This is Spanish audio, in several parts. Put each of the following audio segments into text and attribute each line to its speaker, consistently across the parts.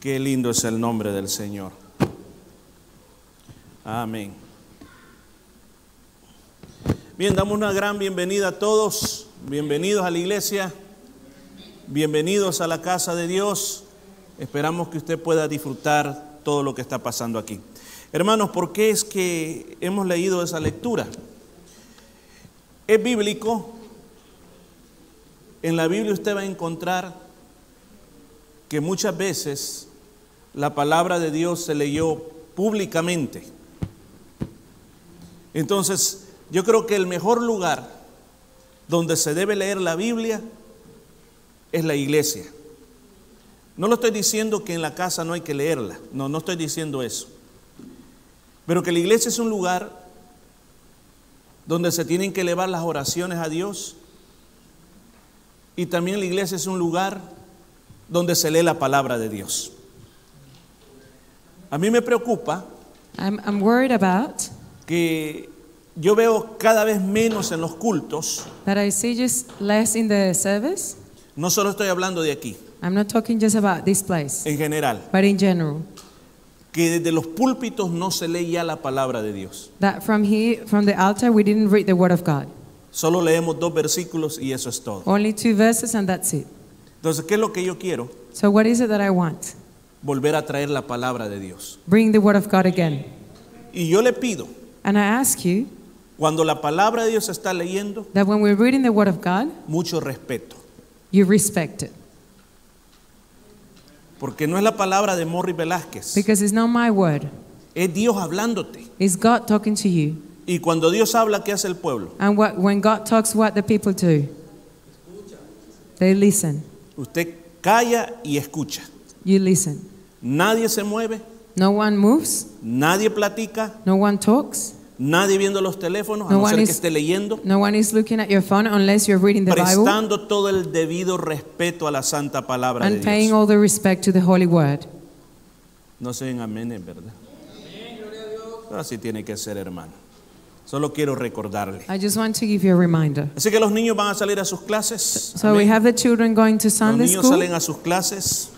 Speaker 1: Qué lindo es el nombre del Señor. Amén. Bien, damos una gran bienvenida a todos. Bienvenidos a la iglesia. Bienvenidos a la casa de Dios. Esperamos que usted pueda disfrutar todo lo que está pasando aquí. Hermanos, ¿por qué es que hemos leído esa lectura? Es bíblico. En la Biblia usted va a encontrar que muchas veces la palabra de Dios se leyó públicamente. Entonces, yo creo que el mejor lugar donde se debe leer la Biblia es la iglesia. No lo estoy diciendo que en la casa no hay que leerla, no, no estoy diciendo eso. Pero que la iglesia es un lugar donde se tienen que elevar las oraciones a Dios y también la iglesia es un lugar donde se lee la palabra de Dios. A mí me preocupa
Speaker 2: I'm, I'm worried about
Speaker 1: que yo veo cada vez menos en los cultos,
Speaker 2: that I see just less in the service.
Speaker 1: no solo estoy hablando de aquí,
Speaker 2: I'm not talking just about this place,
Speaker 1: en general,
Speaker 2: but in general.
Speaker 1: que desde los púlpitos no se lee ya la palabra de Dios.
Speaker 2: That from here, from the altar, we didn't read the Word of God.
Speaker 1: Solo leemos dos versículos y eso es todo.
Speaker 2: Only two verses, and that's it.
Speaker 1: Entonces, ¿qué es lo que yo quiero?
Speaker 2: So, what is it that I want?
Speaker 1: Volver a traer la palabra de Dios.
Speaker 2: Bring the Word of God again.
Speaker 1: Y yo le pido,
Speaker 2: And I ask you
Speaker 1: cuando la palabra de Dios se está leyendo,
Speaker 2: that when we're reading the Word of God,
Speaker 1: mucho respeto.
Speaker 2: you respect it.
Speaker 1: Porque no es la palabra de Morris Velázquez,
Speaker 2: Because it's not my word,
Speaker 1: es Dios hablándote.
Speaker 2: it's God talking to you.
Speaker 1: Y cuando Dios habla, ¿qué hace el pueblo?
Speaker 2: And what, when God talks, what the people do? They listen.
Speaker 1: Usted calla y escucha.
Speaker 2: You listen.
Speaker 1: Nadie se mueve,
Speaker 2: No one moves,
Speaker 1: nadie platica,
Speaker 2: no one talks.
Speaker 1: nadie viendo los teléfonos, a
Speaker 2: No
Speaker 1: no ser
Speaker 2: one
Speaker 1: que
Speaker 2: is-
Speaker 1: esté leyendo,
Speaker 2: No one is looking at your phone unless you're reading the Bible
Speaker 1: prestando todo el debido respeto a la santa palabra
Speaker 2: and
Speaker 1: de
Speaker 2: paying
Speaker 1: Dios.
Speaker 2: all the respect to the Holy Word.
Speaker 1: No se ven amenes, ¿verdad? Así tiene que ser, hermano. Solo quiero recordarle.
Speaker 2: I just want to give you a reminder.
Speaker 1: Así que los niños van a salir a sus clases.
Speaker 2: So we
Speaker 1: Amén.
Speaker 2: have the children going to
Speaker 1: Los
Speaker 2: Sunday
Speaker 1: niños
Speaker 2: school.
Speaker 1: salen a sus clases.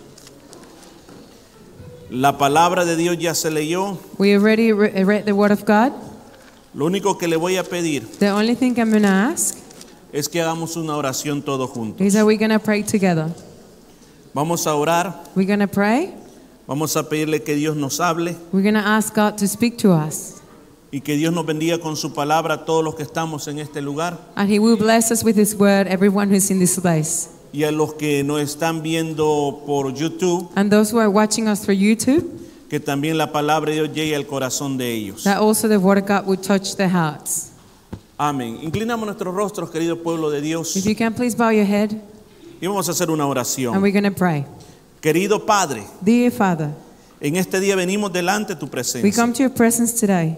Speaker 1: La palabra de Dios ya se leyó.
Speaker 2: We already re- read the Word of God.
Speaker 1: Lo único que le voy a pedir
Speaker 2: The only thing I'm going to ask
Speaker 1: es que hagamos una oración todos juntos.
Speaker 2: is that we're going to pray together.
Speaker 1: Vamos a orar,
Speaker 2: We're going to pray.
Speaker 1: vamos a pedirle que Dios nos hable
Speaker 2: We're going to ask God to speak to us.
Speaker 1: y que Dios nos bendiga con su palabra a todos los que estamos en este lugar
Speaker 2: And He will bless us with His Word, everyone who's in this place.
Speaker 1: y a los que nos están viendo por YouTube,
Speaker 2: And those who are watching us through YouTube,
Speaker 1: que también la palabra de Dios llegue al corazón de ellos.
Speaker 2: that also the Word of God will touch their hearts.
Speaker 1: Amén. Inclinamos nuestros rostros, querido pueblo de Dios,
Speaker 2: If you can please bow your head
Speaker 1: y vamos a hacer una
Speaker 2: and
Speaker 1: oración.
Speaker 2: we're going to pray.
Speaker 1: Querido Padre,
Speaker 2: Dear Father,
Speaker 1: en este día venimos delante de tu
Speaker 2: we come
Speaker 1: presencia
Speaker 2: to your presence today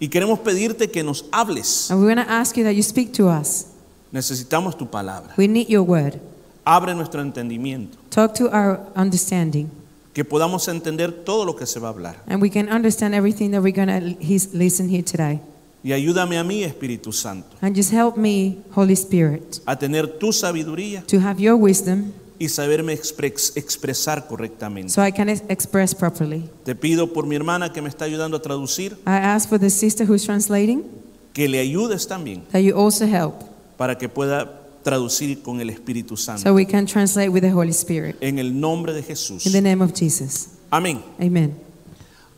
Speaker 1: y queremos pedirte que nos hables.
Speaker 2: and we want to ask you that you speak to us.
Speaker 1: Necesitamos tu palabra.
Speaker 2: We need your word.
Speaker 1: Abre nuestro entendimiento,
Speaker 2: Talk to our understanding
Speaker 1: que podamos entender todo lo que se va a hablar.
Speaker 2: and we can understand everything that we're going to listen here today.
Speaker 1: Y ayúdame a mí, Espíritu Santo,
Speaker 2: And just help me, Holy Spirit,
Speaker 1: a tener tu sabiduría
Speaker 2: to have your wisdom
Speaker 1: y saberme expre- expresar correctamente.
Speaker 2: so I can ex- express properly.
Speaker 1: Te pido por mi hermana que me está ayudando a traducir,
Speaker 2: I ask for the sister who's translating
Speaker 1: que le ayudes también
Speaker 2: that you also help
Speaker 1: para que pueda traducir con el Espíritu
Speaker 2: so
Speaker 1: Santo.
Speaker 2: we can translate with the Holy Spirit.
Speaker 1: En el nombre de Jesús.
Speaker 2: In the name of Jesus.
Speaker 1: Amén.
Speaker 2: Amen.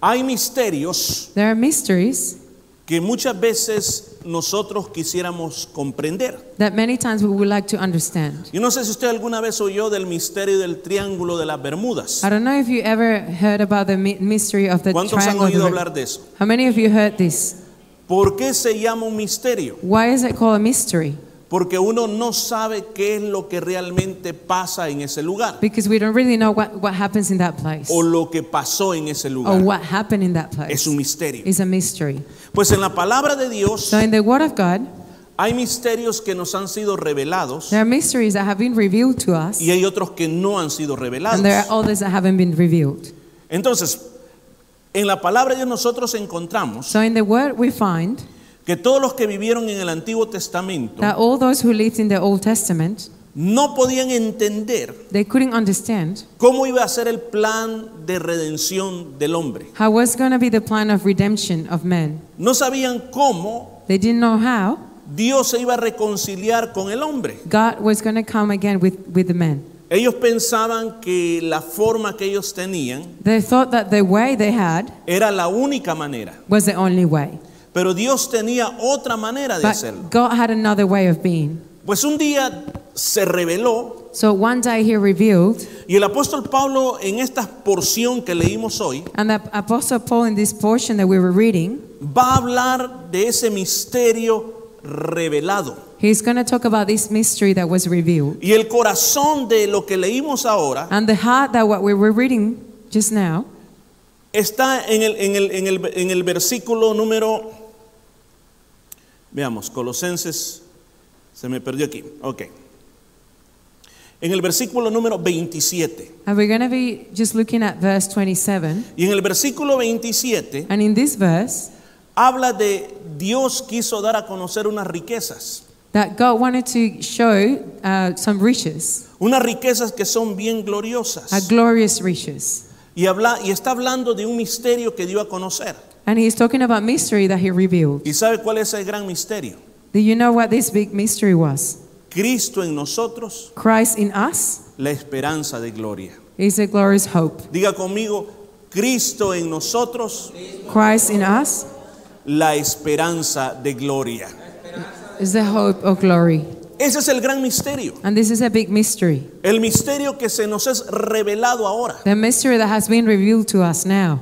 Speaker 1: Hay misterios
Speaker 2: There are mysteries
Speaker 1: que muchas veces nosotros quisiéramos comprender.
Speaker 2: that many times we would like to understand.
Speaker 1: Yo no sé si usted alguna vez oyó del misterio del Triángulo de las Bermudas.
Speaker 2: I don't know if you ever heard about the my- mystery of the
Speaker 1: ¿Cuántos han
Speaker 2: triangle.
Speaker 1: oído hablar de eso?
Speaker 2: How many of you heard this?
Speaker 1: ¿Por qué se llama un misterio?
Speaker 2: Why is it called a mystery?
Speaker 1: Porque uno no sabe qué es lo que realmente pasa en ese lugar
Speaker 2: Because we don't really know what, what happens in that place
Speaker 1: o lo que pasó en ese
Speaker 2: or
Speaker 1: lugar.
Speaker 2: what happened in that
Speaker 1: Es
Speaker 2: place.
Speaker 1: un misterio.
Speaker 2: It's a mystery.
Speaker 1: Pues en la palabra de Dios
Speaker 2: So in the Word of God,
Speaker 1: hay misterios que nos han sido revelados
Speaker 2: there are mysteries that have been revealed to us,
Speaker 1: y hay otros que no han sido
Speaker 2: and there
Speaker 1: revelados.
Speaker 2: are others that haven't been revealed.
Speaker 1: Entonces, en la palabra de Dios nosotros encontramos
Speaker 2: So in the Word, we find
Speaker 1: que todos los que vivieron en el Antiguo Testamento
Speaker 2: that all those who lived in the Old Testament
Speaker 1: no podían entender
Speaker 2: They couldn't understand
Speaker 1: cómo iba a ser el plan de redención del hombre.
Speaker 2: how was going to be the plan of redemption of man.
Speaker 1: No sabían cómo
Speaker 2: They didn't know how
Speaker 1: Dios se iba a reconciliar con el hombre.
Speaker 2: God was going to come again with, with the man.
Speaker 1: Ellos pensaban que la forma que ellos tenían
Speaker 2: They thought that the way they had
Speaker 1: era la única manera,
Speaker 2: was the only way.
Speaker 1: pero Dios tenía otra manera de
Speaker 2: But
Speaker 1: hacerlo.
Speaker 2: God had another way of being.
Speaker 1: Pues un día se reveló
Speaker 2: So one day he revealed,
Speaker 1: y el apóstol Pablo en esta porción que leímos hoy
Speaker 2: and the Apostle Paul in this portion that we were reading,
Speaker 1: va a hablar de ese misterio revelado.
Speaker 2: he's going to talk about this mystery that was revealed.
Speaker 1: Y el corazón de lo que leímos ahora
Speaker 2: And the heart that what we were reading just now
Speaker 1: está en el, en el, en el, en el versículo número, veamos, Colosenses, se me perdió aquí, ok. En el versículo número 27.
Speaker 2: And we're going to be just looking at verse 27.
Speaker 1: Y en el versículo 27
Speaker 2: And in this verse,
Speaker 1: habla de Dios quiso dar a conocer unas riquezas,
Speaker 2: that God wanted to show uh, some riches,
Speaker 1: unas riquezas que son bien
Speaker 2: uh,
Speaker 1: gloriosas.
Speaker 2: glorious riches.
Speaker 1: Y, habla, y está hablando de un misterio que dio a conocer.
Speaker 2: And he's talking about mystery that he revealed.
Speaker 1: ¿Y sabe cuál es el gran misterio?
Speaker 2: Do you know what this big mystery was?
Speaker 1: Cristo en nosotros,
Speaker 2: Christ in us
Speaker 1: la esperanza de gloria.
Speaker 2: is a glorious hope.
Speaker 1: Diga conmigo, Cristo en nosotros,
Speaker 2: Christ in us
Speaker 1: la esperanza de gloria.
Speaker 2: is the hope of glory.
Speaker 1: Ese es el gran misterio,
Speaker 2: And this is a big mystery.
Speaker 1: el misterio que se nos es revelado ahora.
Speaker 2: The mystery that has been revealed to us now.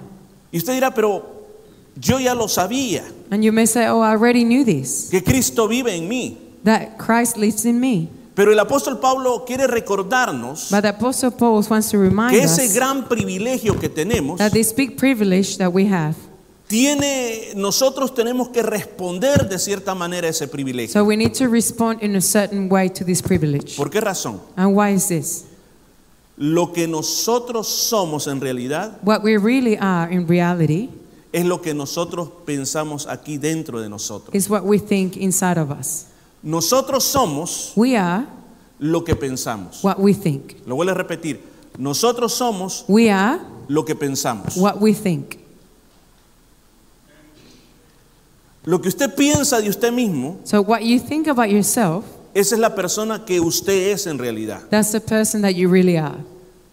Speaker 1: Y usted dirá, pero yo ya lo sabía,
Speaker 2: And you may say, Oh, I already knew this,
Speaker 1: que Cristo vive en mí.
Speaker 2: that Christ lives in me.
Speaker 1: Pero el apóstol Pablo quiere recordarnos
Speaker 2: But the Apostle Paul wants to remind
Speaker 1: que ese
Speaker 2: us
Speaker 1: gran privilegio que tenemos,
Speaker 2: that this big privilege that we have.
Speaker 1: tiene, nosotros tenemos que responder de cierta manera a ese privilegio.
Speaker 2: So we need to respond in a certain way to this privilege.
Speaker 1: ¿Por qué razón?
Speaker 2: And why is this?
Speaker 1: Lo que nosotros somos en realidad
Speaker 2: What we really are in reality
Speaker 1: es lo que nosotros pensamos aquí dentro de nosotros.
Speaker 2: is what we think inside of us.
Speaker 1: Nosotros somos
Speaker 2: We are
Speaker 1: lo que pensamos.
Speaker 2: what we think.
Speaker 1: Lo vuelvo a repetir. Nosotros somos
Speaker 2: We are
Speaker 1: lo que pensamos.
Speaker 2: what we think.
Speaker 1: Lo que usted piensa de usted mismo,
Speaker 2: So what you think about yourself,
Speaker 1: esa es la persona que usted es en realidad.
Speaker 2: that's the person that you really are.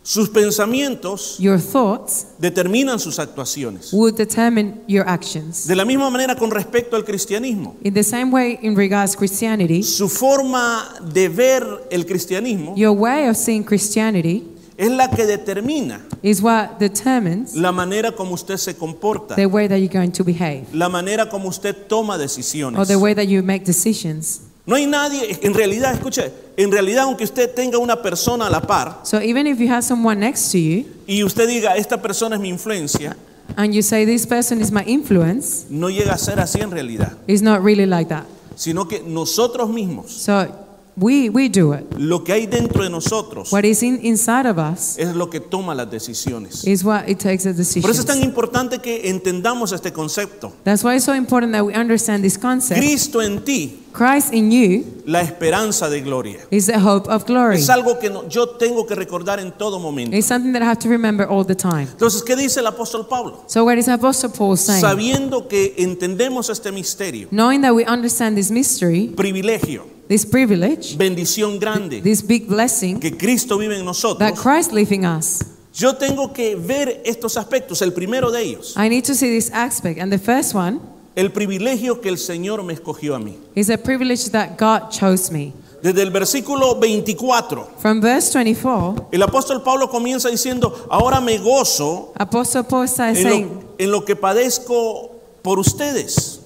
Speaker 1: Sus pensamientos
Speaker 2: Your thoughts
Speaker 1: determinan sus actuaciones.
Speaker 2: will determine your actions.
Speaker 1: De la misma manera con respecto al cristianismo.
Speaker 2: In the same way in regards to Christianity,
Speaker 1: Su forma de ver el cristianismo
Speaker 2: your way of seeing Christianity
Speaker 1: es la que determina
Speaker 2: is what determines
Speaker 1: la manera como usted se comporta,
Speaker 2: the way that you're going to behave
Speaker 1: la manera como usted toma
Speaker 2: or
Speaker 1: decisiones.
Speaker 2: the way that you make decisions.
Speaker 1: No hay nadie, en realidad, escuche, en realidad aunque usted tenga una persona a la par
Speaker 2: So even if you have someone next to you
Speaker 1: y usted diga, esta persona es mi influencia,
Speaker 2: and you say this person is my influence,
Speaker 1: no llega a ser así en realidad,
Speaker 2: it's not really like that.
Speaker 1: sino que nosotros mismos,
Speaker 2: So we we do it.
Speaker 1: lo que hay dentro de nosotros
Speaker 2: What is in, inside of us
Speaker 1: es lo que toma las decisiones.
Speaker 2: is what it takes a
Speaker 1: Por eso es tan
Speaker 2: decision.
Speaker 1: importante que entendamos este concepto.
Speaker 2: That's why it's so important that we understand this concept.
Speaker 1: Cristo en ti,
Speaker 2: Christ in you
Speaker 1: la esperanza de gloria.
Speaker 2: is the hope of glory.
Speaker 1: Es algo que no- yo tengo que recordar en todo momento.
Speaker 2: It's something that I have to remember all the time.
Speaker 1: Entonces, ¿qué dice el apóstol Pablo?
Speaker 2: So what is Apostle Paul saying?
Speaker 1: Sabiendo que entendemos este misterio,
Speaker 2: Knowing that we understand this mystery,
Speaker 1: privilegio,
Speaker 2: this privilege,
Speaker 1: bendición grande,
Speaker 2: this big blessing
Speaker 1: que Cristo vive en
Speaker 2: that
Speaker 1: nosotros,
Speaker 2: Christ lives in us.
Speaker 1: yo tengo que ver estos aspectos. El primero de ellos,
Speaker 2: I need to see this aspect. And the first one
Speaker 1: el privilegio que el Señor me escogió a mí.
Speaker 2: is a privilege that God chose me.
Speaker 1: Desde el versículo 24,
Speaker 2: From verse 24,
Speaker 1: el apóstol Pablo comienza diciendo, ahora me gozo
Speaker 2: Apostle Paul is saying,
Speaker 1: en lo, en lo que padezco por ustedes.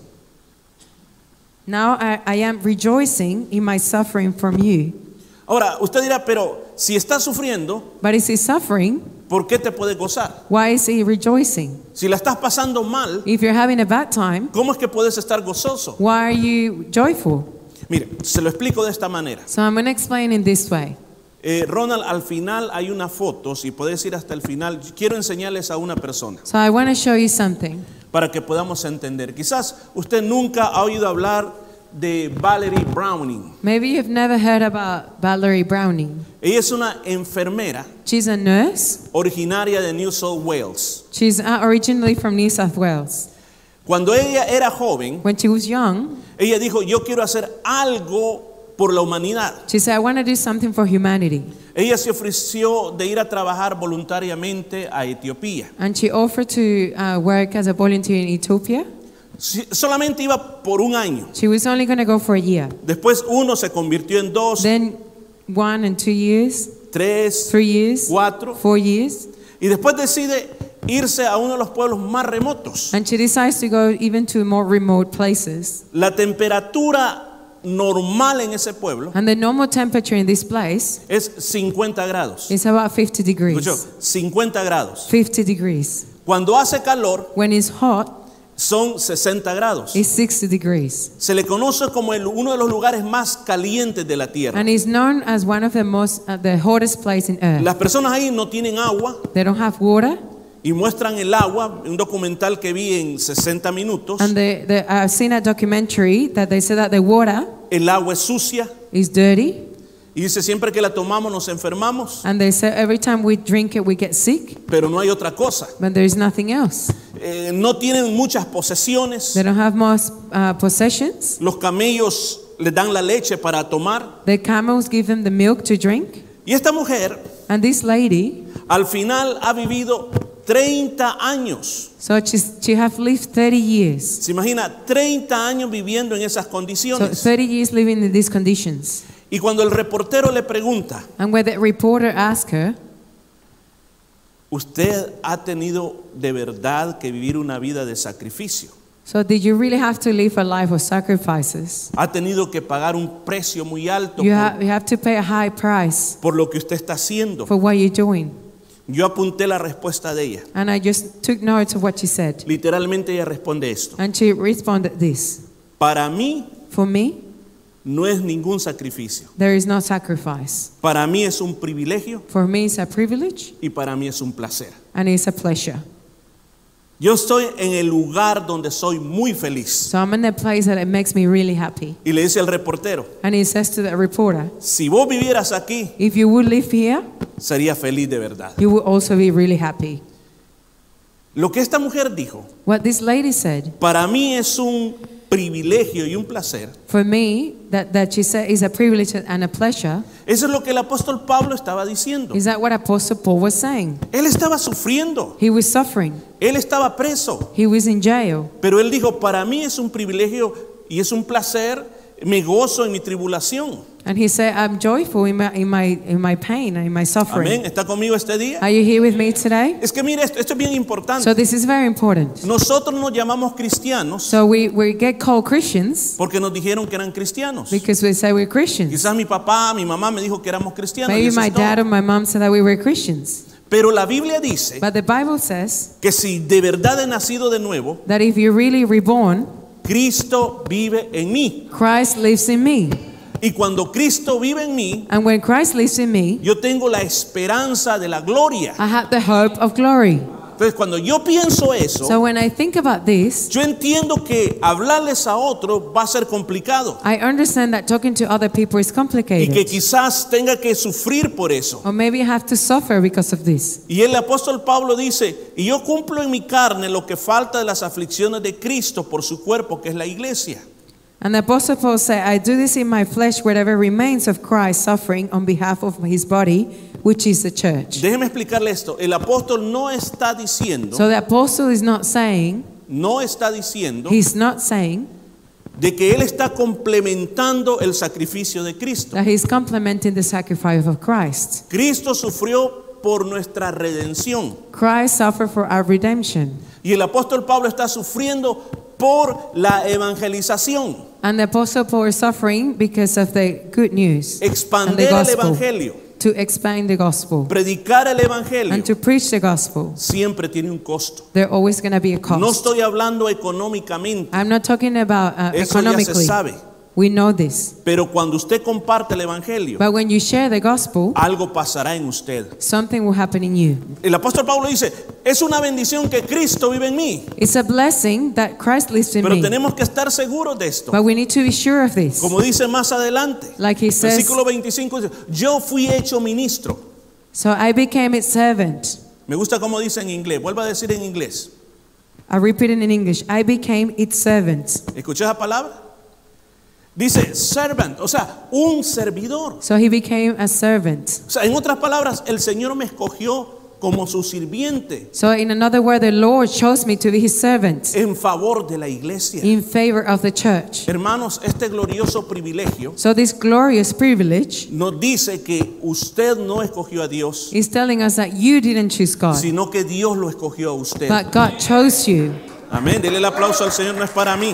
Speaker 2: Now I, I am rejoicing in my suffering from you.
Speaker 1: Ahora, usted dirá, pero si estás sufriendo,
Speaker 2: But is he suffering?
Speaker 1: ¿por qué te puedes gozar?
Speaker 2: Why is he rejoicing?
Speaker 1: Si la estás pasando mal,
Speaker 2: If you're having a bad time,
Speaker 1: ¿cómo es que puedes estar gozoso?
Speaker 2: why are you joyful?
Speaker 1: Mire, se lo explico de esta manera.
Speaker 2: So I'm going to explain in this way.
Speaker 1: Eh, Ronald, al final hay una foto, si puedes ir hasta el final, quiero enseñarles a una persona
Speaker 2: So I want to show you something
Speaker 1: para que podamos entender. Quizás usted nunca ha oído hablar de Valerie Browning.
Speaker 2: Maybe you've never heard about Valerie Browning.
Speaker 1: Ella es una enfermera
Speaker 2: She's a nurse.
Speaker 1: originaria de New South Wales.
Speaker 2: She's uh, originally from New South Wales.
Speaker 1: Cuando ella era joven,
Speaker 2: When she was young,
Speaker 1: ella dijo, yo quiero hacer algo por la humanidad.
Speaker 2: she said, I want to do something for humanity.
Speaker 1: Ella se ofreció de ir a trabajar voluntariamente a Etiopía.
Speaker 2: And she offered to uh, work as a volunteer in Ethiopia.
Speaker 1: Si- Solamente iba por un año.
Speaker 2: She was only going to go for a year.
Speaker 1: Después uno se convirtió en dos,
Speaker 2: Then one and two years,
Speaker 1: tres,
Speaker 2: three years,
Speaker 1: cuatro.
Speaker 2: four years.
Speaker 1: Y después decide irse a uno de los pueblos más remotos.
Speaker 2: And she decides to go even to more remote places.
Speaker 1: La temperatura normal en ese pueblo
Speaker 2: And the normal temperature in this place
Speaker 1: es 50 grados.
Speaker 2: is about 50
Speaker 1: Escuchó,
Speaker 2: degrees.
Speaker 1: 50 grados.
Speaker 2: 50 degrees.
Speaker 1: Cuando hace calor
Speaker 2: When it's hot,
Speaker 1: son 60 grados.
Speaker 2: it's 60 degrees.
Speaker 1: Se le conoce como el- uno de los lugares más calientes de la tierra.
Speaker 2: And it's known as one of the most, uh, the hottest place in earth.
Speaker 1: Las personas ahí no tienen agua
Speaker 2: They don't have water.
Speaker 1: y muestran el agua, un documental que vi en 60 minutos.
Speaker 2: And the, the, I've seen a documentary that they said that the water
Speaker 1: El agua es sucia
Speaker 2: is dirty.
Speaker 1: y dice siempre que la tomamos nos enfermamos,
Speaker 2: And they say every time we drink it, we get sick.
Speaker 1: pero no hay otra cosa.
Speaker 2: But there is nothing else.
Speaker 1: Eh, no tienen muchas posesiones.
Speaker 2: They don't have most uh, possessions.
Speaker 1: Los camellos les dan la leche para tomar.
Speaker 2: The camels give them the milk to drink.
Speaker 1: Y esta mujer
Speaker 2: And this lady,
Speaker 1: al final ha vivido 30 años.
Speaker 2: so she's, she have lived 30 years.
Speaker 1: Se imagina 30 años viviendo en esas
Speaker 2: So
Speaker 1: condiciones.
Speaker 2: 30 years living in these conditions.
Speaker 1: Y cuando el reportero le pregunta,
Speaker 2: And when the reporter asked her,
Speaker 1: ¿usted ha tenido de verdad que vivir una vida de sacrificio?
Speaker 2: so did you really have to live a life of sacrifices?
Speaker 1: ¿Ha tenido que pagar un precio muy alto
Speaker 2: You,
Speaker 1: por,
Speaker 2: ha, you have to pay a high price
Speaker 1: por lo que usted está haciendo?
Speaker 2: for what you're doing.
Speaker 1: Yo apunté la respuesta de ella.
Speaker 2: And I just took notes of what she said.
Speaker 1: Literalmente ella responde esto.
Speaker 2: And she responded this
Speaker 1: Para mí
Speaker 2: For me,
Speaker 1: no es ningún sacrificio.
Speaker 2: there is no sacrifice.
Speaker 1: Para mí es un privilegio
Speaker 2: For me, it's a privilege
Speaker 1: y para mí es un placer.
Speaker 2: and it's a pleasure.
Speaker 1: Yo estoy en el lugar donde soy muy feliz.
Speaker 2: So I'm in a place that it makes me really happy.
Speaker 1: Y le dice al reportero,
Speaker 2: And he says to the reporter,
Speaker 1: si vos vivieras aquí,
Speaker 2: If you would live here,
Speaker 1: sería feliz de verdad.
Speaker 2: you would also be really happy.
Speaker 1: Lo que esta mujer dijo,
Speaker 2: What this lady said,
Speaker 1: para mí es un privilegio y un placer.
Speaker 2: for me, that, that she said is a privilege and a pleasure,
Speaker 1: Eso es lo que el apóstol Pablo estaba diciendo.
Speaker 2: is that what Apostle Paul was saying?
Speaker 1: Él estaba sufriendo,
Speaker 2: He was suffering,
Speaker 1: él estaba preso,
Speaker 2: he was in jail.
Speaker 1: pero él dijo, para mí es un privilegio y es un placer, me gozo en mi tribulación.
Speaker 2: And he said, I'm joyful in my, in my, in my pain and in my suffering.
Speaker 1: Amén, ¿está conmigo este día?
Speaker 2: Are you here with me today?
Speaker 1: Es que mire, esto, esto es bien
Speaker 2: So,
Speaker 1: importante.
Speaker 2: this is very important.
Speaker 1: Nosotros nos llamamos cristianos
Speaker 2: So, we, we get called Christians
Speaker 1: porque nos dijeron que eran cristianos.
Speaker 2: because we say we're Christians.
Speaker 1: Quizás mi papá, mi mamá me dijo que éramos cristianos. y
Speaker 2: Maybe
Speaker 1: eso
Speaker 2: my
Speaker 1: es todo.
Speaker 2: dad or my mom said that we were Christians.
Speaker 1: Pero la Biblia dice
Speaker 2: But the Bible says
Speaker 1: que si de verdad he nacido de nuevo,
Speaker 2: that if you're really reborn,
Speaker 1: Cristo vive en mí.
Speaker 2: Christ lives in me.
Speaker 1: Y cuando Cristo vive en mí,
Speaker 2: And when Christ lives in me,
Speaker 1: yo tengo la esperanza de la gloria.
Speaker 2: I have the hope of glory.
Speaker 1: Entonces, cuando yo pienso eso,
Speaker 2: So when I think about this,
Speaker 1: yo entiendo que hablarles a otros va a ser complicado
Speaker 2: I understand that talking to other people is
Speaker 1: y que
Speaker 2: complicated.
Speaker 1: quizás tenga que sufrir por eso.
Speaker 2: Or maybe I have to suffer because of this.
Speaker 1: Y el apóstol Pablo dice, y yo cumplo en mi carne lo que falta de las aflicciones de Cristo por su cuerpo, que es la iglesia.
Speaker 2: And the Apostle Paul said, I do this in my flesh, whatever remains of Christ suffering on behalf of his body, which is the church.
Speaker 1: Déjeme explicarle esto. El apóstol no está diciendo,
Speaker 2: So the apostle is not saying,
Speaker 1: no está diciendo
Speaker 2: he's not saying
Speaker 1: de que él está complementando el sacrificio de Cristo.
Speaker 2: that he's complementing the sacrifice of Christ.
Speaker 1: Cristo sufrió por nuestra redención
Speaker 2: Christ suffered for our redemption.
Speaker 1: y el apóstol Pablo está sufriendo por la evangelización,
Speaker 2: And the apostle Paul is suffering because of the good news and the
Speaker 1: expander el
Speaker 2: gospel.
Speaker 1: evangelio,
Speaker 2: to expand the gospel
Speaker 1: predicar el evangelio.
Speaker 2: and to preach the gospel,
Speaker 1: Siempre tiene un costo.
Speaker 2: there always going to be a
Speaker 1: No
Speaker 2: cost.
Speaker 1: estoy hablando económicamente,
Speaker 2: I'm not talking about uh,
Speaker 1: eso ya se
Speaker 2: economically.
Speaker 1: sabe.
Speaker 2: We know this.
Speaker 1: Pero cuando usted comparte el Evangelio,
Speaker 2: But when you share the gospel,
Speaker 1: algo pasará en usted.
Speaker 2: something will happen in you.
Speaker 1: El apóstol Pablo dice, es una bendición que Cristo vive en mí,
Speaker 2: It's a blessing that Christ lives in
Speaker 1: pero
Speaker 2: me.
Speaker 1: tenemos que estar seguros de esto.
Speaker 2: But we need to be sure of this.
Speaker 1: Como dice más adelante,
Speaker 2: Like he says-
Speaker 1: versículo 25 dice, yo fui hecho ministro.
Speaker 2: So I became its servant.
Speaker 1: Me gusta cómo dice en inglés, vuelva a decir en inglés.
Speaker 2: I repeat it in English. I became its servant.
Speaker 1: ¿Escuchó esa palabra? Dice servant, o sea, un servidor.
Speaker 2: So he became a servant.
Speaker 1: O sea, en otras palabras, el Señor me escogió como su sirviente
Speaker 2: So in another word, the Lord chose me to be his servant
Speaker 1: en favor de la iglesia.
Speaker 2: in favor of the church.
Speaker 1: Hermanos, este glorioso privilegio
Speaker 2: So this glorious privilege
Speaker 1: nos dice que usted no escogió a Dios,
Speaker 2: is telling us that you didn't choose God,
Speaker 1: sino que Dios lo escogió a usted.
Speaker 2: but God chose you.
Speaker 1: Amén. Dele el aplauso al Señor, no es para mí.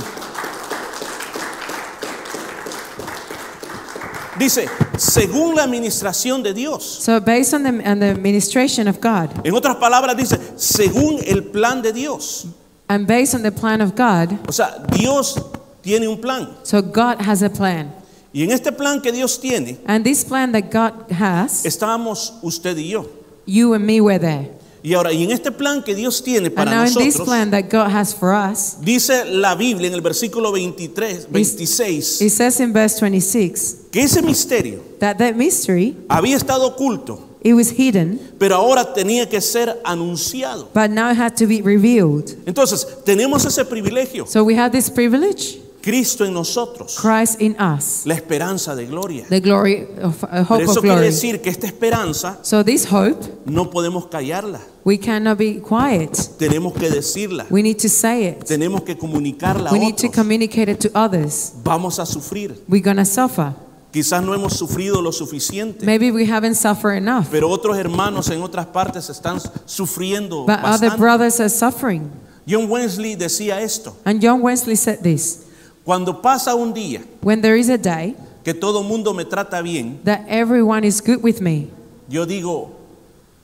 Speaker 1: Dice, según la administración de Dios.
Speaker 2: So based on the, on the administration of God
Speaker 1: En otras palabras, dice, según el plan de Dios.
Speaker 2: and based on the plan of God,
Speaker 1: O sea, Dios tiene un plan.
Speaker 2: so God has a plan.
Speaker 1: Y en este plan que Dios tiene,
Speaker 2: And this plan that God has,
Speaker 1: estábamos usted y yo.
Speaker 2: you and me were there.
Speaker 1: Y ahora, y en este plan que Dios tiene
Speaker 2: And
Speaker 1: para
Speaker 2: now in this
Speaker 1: nosotros,
Speaker 2: plan that God has for us,
Speaker 1: dice la Biblia en el versículo 23, 26,
Speaker 2: it says in verse 26
Speaker 1: que ese misterio
Speaker 2: that that mystery,
Speaker 1: había estado oculto,
Speaker 2: it was hidden,
Speaker 1: pero ahora tenía que ser anunciado.
Speaker 2: but now it had to be revealed.
Speaker 1: Entonces, tenemos ese privilegio,
Speaker 2: So we have this privilege,
Speaker 1: Cristo en nosotros,
Speaker 2: Christ in us,
Speaker 1: la esperanza de gloria.
Speaker 2: the glory of uh,
Speaker 1: Pero
Speaker 2: hope
Speaker 1: eso
Speaker 2: of
Speaker 1: quiere
Speaker 2: glory.
Speaker 1: decir que esta esperanza
Speaker 2: So this hope,
Speaker 1: no podemos callarla,
Speaker 2: we cannot be quiet.
Speaker 1: tenemos que decirla,
Speaker 2: We need to say it.
Speaker 1: tenemos que comunicarla a
Speaker 2: We need to
Speaker 1: otros.
Speaker 2: communicate it to others.
Speaker 1: Vamos a sufrir.
Speaker 2: We're going to suffer.
Speaker 1: Quizás no hemos sufrido lo suficiente,
Speaker 2: Maybe we haven't suffered enough,
Speaker 1: pero otros hermanos en otras partes están sufriendo
Speaker 2: but other
Speaker 1: bastante.
Speaker 2: brothers are suffering.
Speaker 1: John Wesley decía esto,
Speaker 2: And John Wesley said this
Speaker 1: cuando pasa un día
Speaker 2: When there is a day
Speaker 1: que todo mundo me trata bien,
Speaker 2: that everyone is good with me,
Speaker 1: yo digo,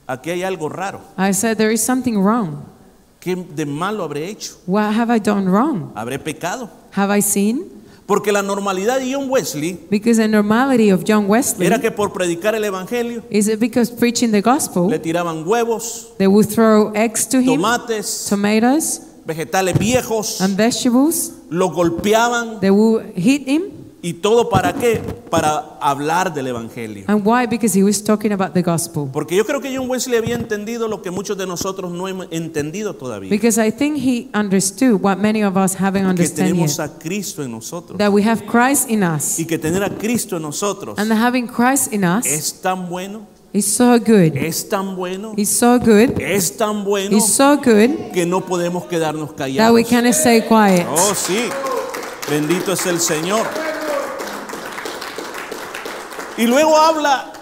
Speaker 1: aquí hay algo raro,
Speaker 2: I said, There is something wrong.
Speaker 1: ¿qué de malo habré hecho?
Speaker 2: What have I done wrong?
Speaker 1: ¿Habré pecado?
Speaker 2: Have I sinned?
Speaker 1: Porque la normalidad de John Wesley
Speaker 2: Because the normality of John Wesley
Speaker 1: era que por predicar el Evangelio
Speaker 2: is it because preaching the
Speaker 1: le
Speaker 2: gospel,
Speaker 1: tiraban huevos,
Speaker 2: they will throw eggs to him,
Speaker 1: tomates,
Speaker 2: tomatoes,
Speaker 1: vegetales viejos,
Speaker 2: and vegetables.
Speaker 1: lo golpeaban
Speaker 2: They will hit him.
Speaker 1: y todo para qué? Para hablar del Evangelio.
Speaker 2: And why? Because he was talking about the gospel.
Speaker 1: Porque yo creo que John Wesley había entendido lo que muchos de nosotros no hemos entendido todavía.
Speaker 2: Because I think he understood what many of us haven't
Speaker 1: Que
Speaker 2: understood
Speaker 1: tenemos
Speaker 2: yet.
Speaker 1: a Cristo en nosotros.
Speaker 2: That we have Christ in us.
Speaker 1: Y que tener a Cristo en nosotros
Speaker 2: And having Christ in us
Speaker 1: es tan bueno,
Speaker 2: is so good.
Speaker 1: es tan bueno,
Speaker 2: It's so good.
Speaker 1: es tan bueno
Speaker 2: It's so good
Speaker 1: que no podemos quedarnos
Speaker 2: that we
Speaker 1: callados.
Speaker 2: can stay quiet.
Speaker 1: Oh, sí. Bendito es el Señor. Y luego habla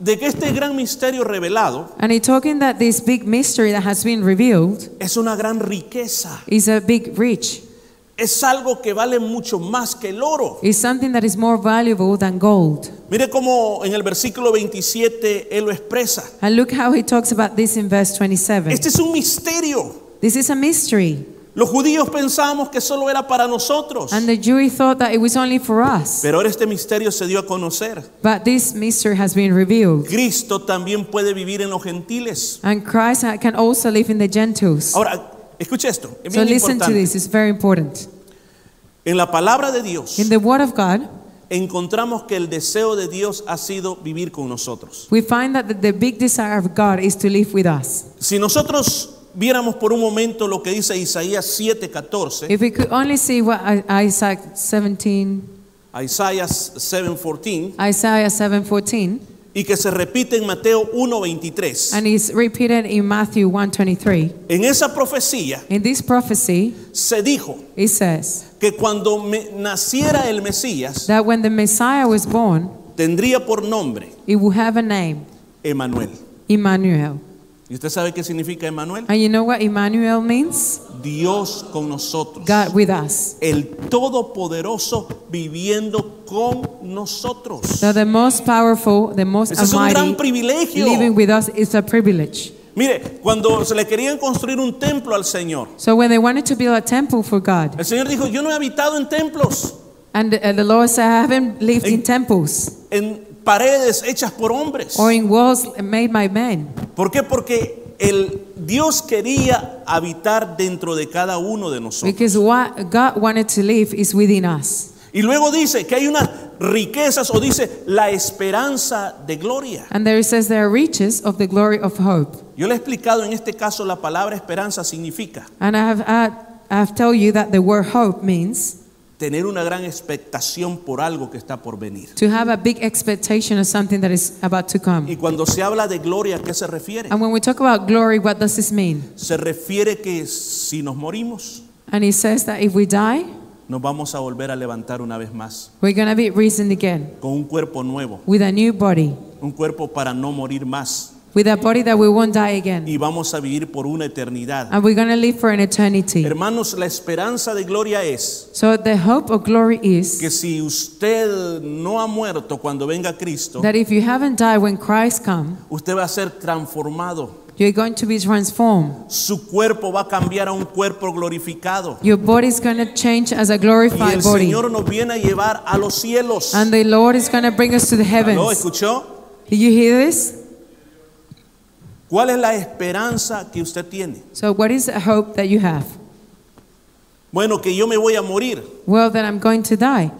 Speaker 1: de que este gran misterio revelado
Speaker 2: And he's talking that this big mystery that has been revealed
Speaker 1: es una gran riqueza.
Speaker 2: is a big rich.
Speaker 1: Es algo que vale mucho más que el oro.
Speaker 2: It's something that is more valuable than gold.
Speaker 1: Mire cómo en el versículo 27 él lo expresa.
Speaker 2: And look how he talks about this in verse 27.
Speaker 1: Este es un misterio.
Speaker 2: This is a mystery.
Speaker 1: Los judíos pensábamos que solo era para nosotros.
Speaker 2: And the Jew thought that it was only for us.
Speaker 1: Pero ahora este misterio se dio a conocer.
Speaker 2: But this mystery has been revealed.
Speaker 1: Cristo también puede vivir en los gentiles.
Speaker 2: And Christ can also live in the Gentiles.
Speaker 1: Ahora, escuche esto. Es
Speaker 2: So
Speaker 1: bien
Speaker 2: listen to
Speaker 1: Oh, importante.
Speaker 2: this, it's very important.
Speaker 1: En la palabra de Dios
Speaker 2: In the Word of God,
Speaker 1: encontramos que el deseo de Dios ha sido vivir con nosotros.
Speaker 2: We find that the, the big desire of God is to live with us.
Speaker 1: Si nosotros viéramos por un momento lo que dice Isaías 7:14,
Speaker 2: If we could only see what I- Isaac 17,
Speaker 1: Isaías 7:14
Speaker 2: Isaiah 7:14,
Speaker 1: y que se repite en Mateo 1:23.
Speaker 2: and it's repeated in Matthew 1:23.
Speaker 1: En esa profecía
Speaker 2: In this prophecy,
Speaker 1: se dijo
Speaker 2: it says
Speaker 1: que cuando me- naciera el Mesías
Speaker 2: that when the Messiah was born,
Speaker 1: tendría por nombre
Speaker 2: he would have a name,
Speaker 1: Emanuel.
Speaker 2: Emmanuel.
Speaker 1: ¿Y usted sabe qué significa Emanuel?
Speaker 2: And you know what Emmanuel means?
Speaker 1: Dios con nosotros.
Speaker 2: God with us.
Speaker 1: el Todopoderoso viviendo con nosotros.
Speaker 2: So the most powerful, the most
Speaker 1: Ese es un gran
Speaker 2: almighty,
Speaker 1: privilegio.
Speaker 2: living with us is a privilege.
Speaker 1: Mire, cuando se le querían construir un templo al Señor,
Speaker 2: So when they wanted to build a temple for God,
Speaker 1: el Señor dijo, yo no he habitado en templos,
Speaker 2: And uh, the Lord said, I haven't lived in temples
Speaker 1: en paredes hechas por hombres.
Speaker 2: or in walls made by men.
Speaker 1: ¿Por qué? Porque el Dios quería habitar dentro de cada uno de nosotros.
Speaker 2: Because what God wanted to live is within us.
Speaker 1: Y luego dice que hay unas riquezas o dice la esperanza de gloria.
Speaker 2: And there it says there are riches of the glory of hope.
Speaker 1: Yo le he explicado en este caso la palabra esperanza significa
Speaker 2: And I have, I, I have told you that the word hope means
Speaker 1: tener una gran expectación por algo que está por venir.
Speaker 2: to have a big expectation of something that is about to come.
Speaker 1: Y cuando se habla de gloria, ¿a qué se refiere?
Speaker 2: And when we talk about glory, what does this mean?
Speaker 1: Se refiere que si nos morimos,
Speaker 2: And it says that if we die,
Speaker 1: nos vamos a volver a levantar una vez más
Speaker 2: we're going to be risen again
Speaker 1: con un cuerpo nuevo,
Speaker 2: with a new body,
Speaker 1: un cuerpo para no morir más
Speaker 2: with a body that we won't die again.
Speaker 1: y vamos a vivir por una eternidad.
Speaker 2: And we're going to live for an eternity.
Speaker 1: Hermanos, la esperanza de gloria es
Speaker 2: So the hope of glory is
Speaker 1: que si usted no ha muerto cuando venga Cristo,
Speaker 2: that if you haven't died when Christ comes,
Speaker 1: usted va a ser transformado.
Speaker 2: you're going to be transformed.
Speaker 1: Su cuerpo va a cambiar a un cuerpo glorificado.
Speaker 2: Your body is going to change as a
Speaker 1: Y
Speaker 2: glorified
Speaker 1: el
Speaker 2: body.
Speaker 1: Señor nos viene a llevar a los cielos.
Speaker 2: And the Lord is going to bring us to the
Speaker 1: ¿Lo
Speaker 2: heavens.
Speaker 1: escuchó?
Speaker 2: Did you hear this?
Speaker 1: ¿Cuál es la esperanza que usted tiene?
Speaker 2: So, what is the hope that you have?
Speaker 1: Bueno, que yo me voy a morir.
Speaker 2: Well, that I'm going to die.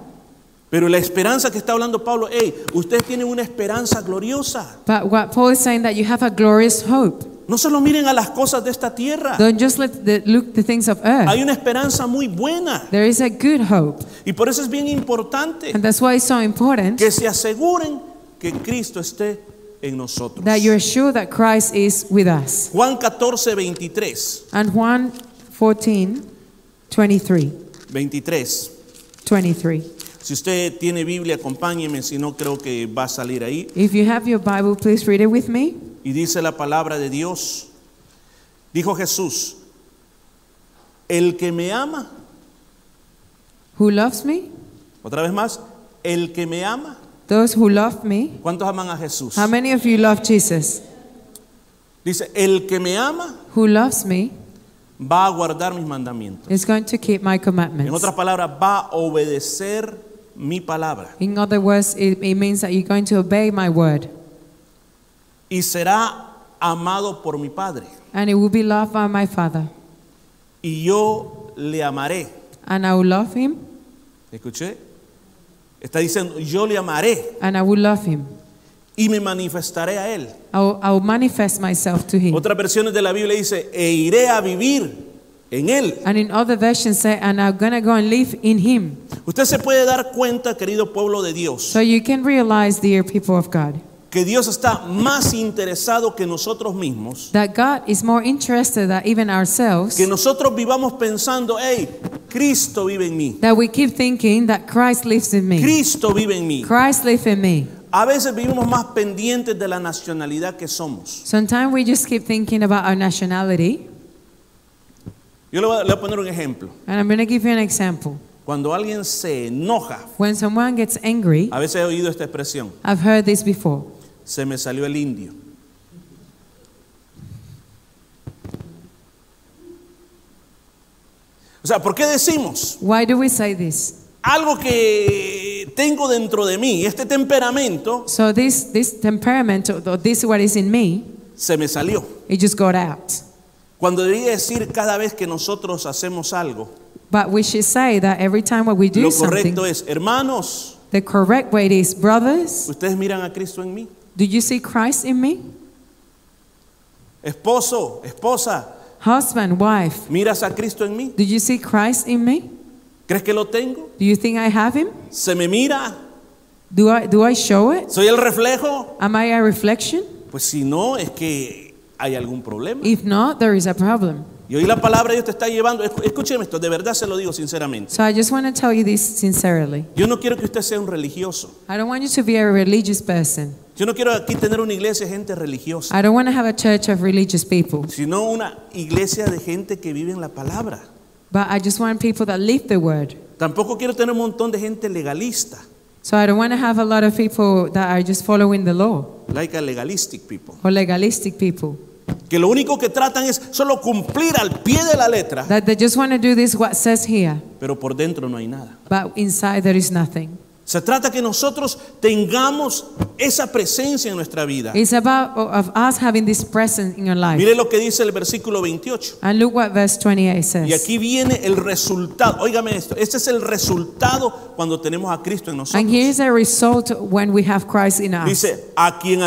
Speaker 1: Pero la esperanza que está hablando Pablo, hey, ustedes tienen una esperanza gloriosa.
Speaker 2: But what Paul is saying that you have a glorious hope.
Speaker 1: No solo miren a las cosas de esta tierra.
Speaker 2: Don't just let the, look the things of earth.
Speaker 1: Hay una esperanza muy buena.
Speaker 2: There is a good hope,
Speaker 1: Y por eso es bien importante
Speaker 2: and that's why it's so important
Speaker 1: que se aseguren que Cristo esté en nosotros.
Speaker 2: that you're sure that Christ is with us.
Speaker 1: Juan 14, 23.
Speaker 2: And Juan 14, 23,
Speaker 1: 23.
Speaker 2: 23.
Speaker 1: Si usted tiene Biblia, acompáñeme, si no creo que va a salir ahí.
Speaker 2: If you have your Bible, please read it with me.
Speaker 1: Y dice la palabra de Dios. Dijo Jesús, el que me ama,
Speaker 2: Who loves me?
Speaker 1: otra vez más, el que me ama.
Speaker 2: Those who love me.
Speaker 1: ¿Cuántos aman a Jesús?
Speaker 2: How many of you love Jesus?
Speaker 1: Dice, el que me ama
Speaker 2: Who loves me
Speaker 1: va a guardar mis mandamientos.
Speaker 2: is going to keep my
Speaker 1: En
Speaker 2: commandments.
Speaker 1: otras palabras, va a obedecer mi palabra
Speaker 2: In other words, it, it means that you're going to obey my word,
Speaker 1: y será amado por mi Padre.
Speaker 2: and it will be loved by my Father,
Speaker 1: Y yo le amaré.
Speaker 2: and I will love him,
Speaker 1: ¿Escuché? Está diciendo, yo le amaré
Speaker 2: and I will love him.
Speaker 1: y me manifestaré a él.
Speaker 2: I will, I will manifest myself to him.
Speaker 1: Otras versiones de la Biblia dice, e iré a vivir en él.
Speaker 2: And in other versions say, and I'm gonna go and live in him.
Speaker 1: Usted se puede dar cuenta, querido pueblo de Dios,
Speaker 2: So you can realize, dear people of God,
Speaker 1: que Dios está más interesado que nosotros mismos
Speaker 2: that God is more interested that even ourselves,
Speaker 1: Que nosotros vivamos pensando, hey, Cristo vive en mí.
Speaker 2: that we keep thinking that Christ lives in me.
Speaker 1: Cristo vive en mí.
Speaker 2: Christ lives in me.
Speaker 1: A veces vivimos más pendientes de la nacionalidad que somos.
Speaker 2: Sometimes we just keep thinking about our nationality.
Speaker 1: Yo le voy a, le voy a poner un ejemplo.
Speaker 2: And I'm gonna give you an example.
Speaker 1: Cuando alguien se enoja,
Speaker 2: When someone gets angry,
Speaker 1: a veces he oído esta expresión,
Speaker 2: I've heard this before.
Speaker 1: se me salió el indio. O sea, ¿por qué decimos
Speaker 2: Why do we say this?
Speaker 1: algo que tengo dentro de mí, este temperamento,
Speaker 2: So this this temperament or or this what is in me,
Speaker 1: se me salió?
Speaker 2: it just got out.
Speaker 1: Cuando debería decir cada vez que nosotros hacemos algo,
Speaker 2: But we should say that every time what we do
Speaker 1: lo
Speaker 2: something,
Speaker 1: correcto es, hermanos,
Speaker 2: the correct way is, brothers,
Speaker 1: ustedes miran a Cristo en mí.
Speaker 2: do you see Christ in me?
Speaker 1: Esposo, esposa,
Speaker 2: Husband, wife,
Speaker 1: miras a Cristo en mí.
Speaker 2: do you see Christ in me?
Speaker 1: ¿Crees que lo tengo?
Speaker 2: Do you think I have him?
Speaker 1: ¿Se me mira?
Speaker 2: Do I do I show it?
Speaker 1: ¿Soy el reflejo?
Speaker 2: Am I a reflection?
Speaker 1: Pues si no, es que hay algún problema.
Speaker 2: If not, there is a problem.
Speaker 1: Y hoy la palabra de Dios te está llevando. Escu- Escúcheme esto, de verdad se lo digo sinceramente.
Speaker 2: So I just want to tell you this sincerely.
Speaker 1: Yo no quiero que usted sea un religioso.
Speaker 2: I don't want you to be a religious person.
Speaker 1: Yo no quiero aquí tener una iglesia de gente religiosa,
Speaker 2: I don't want to have a church of religious people.
Speaker 1: sino una iglesia de gente que vive en la palabra.
Speaker 2: But I just want people that live the word.
Speaker 1: Tampoco quiero tener un montón de gente legalista,
Speaker 2: So I don't want to have a lot of people that are just following the law
Speaker 1: like a legalistic people.
Speaker 2: or legalistic people.
Speaker 1: que lo único que tratan es solo cumplir al pie de la letra,
Speaker 2: that they just want to do this what says here,
Speaker 1: pero por dentro no hay nada.
Speaker 2: but inside there is nothing.
Speaker 1: Se trata que nosotros tengamos esa presencia en nuestra vida.
Speaker 2: It's about of us having this presence in your life.
Speaker 1: Mire lo que dice el versículo 28.
Speaker 2: And look what verse 28
Speaker 1: Y
Speaker 2: says.
Speaker 1: aquí viene el resultado. Óigame esto. Este es el resultado cuando tenemos a Cristo en
Speaker 2: And
Speaker 1: nosotros.
Speaker 2: here is a result when we have Christ in us.
Speaker 1: Dice, a quien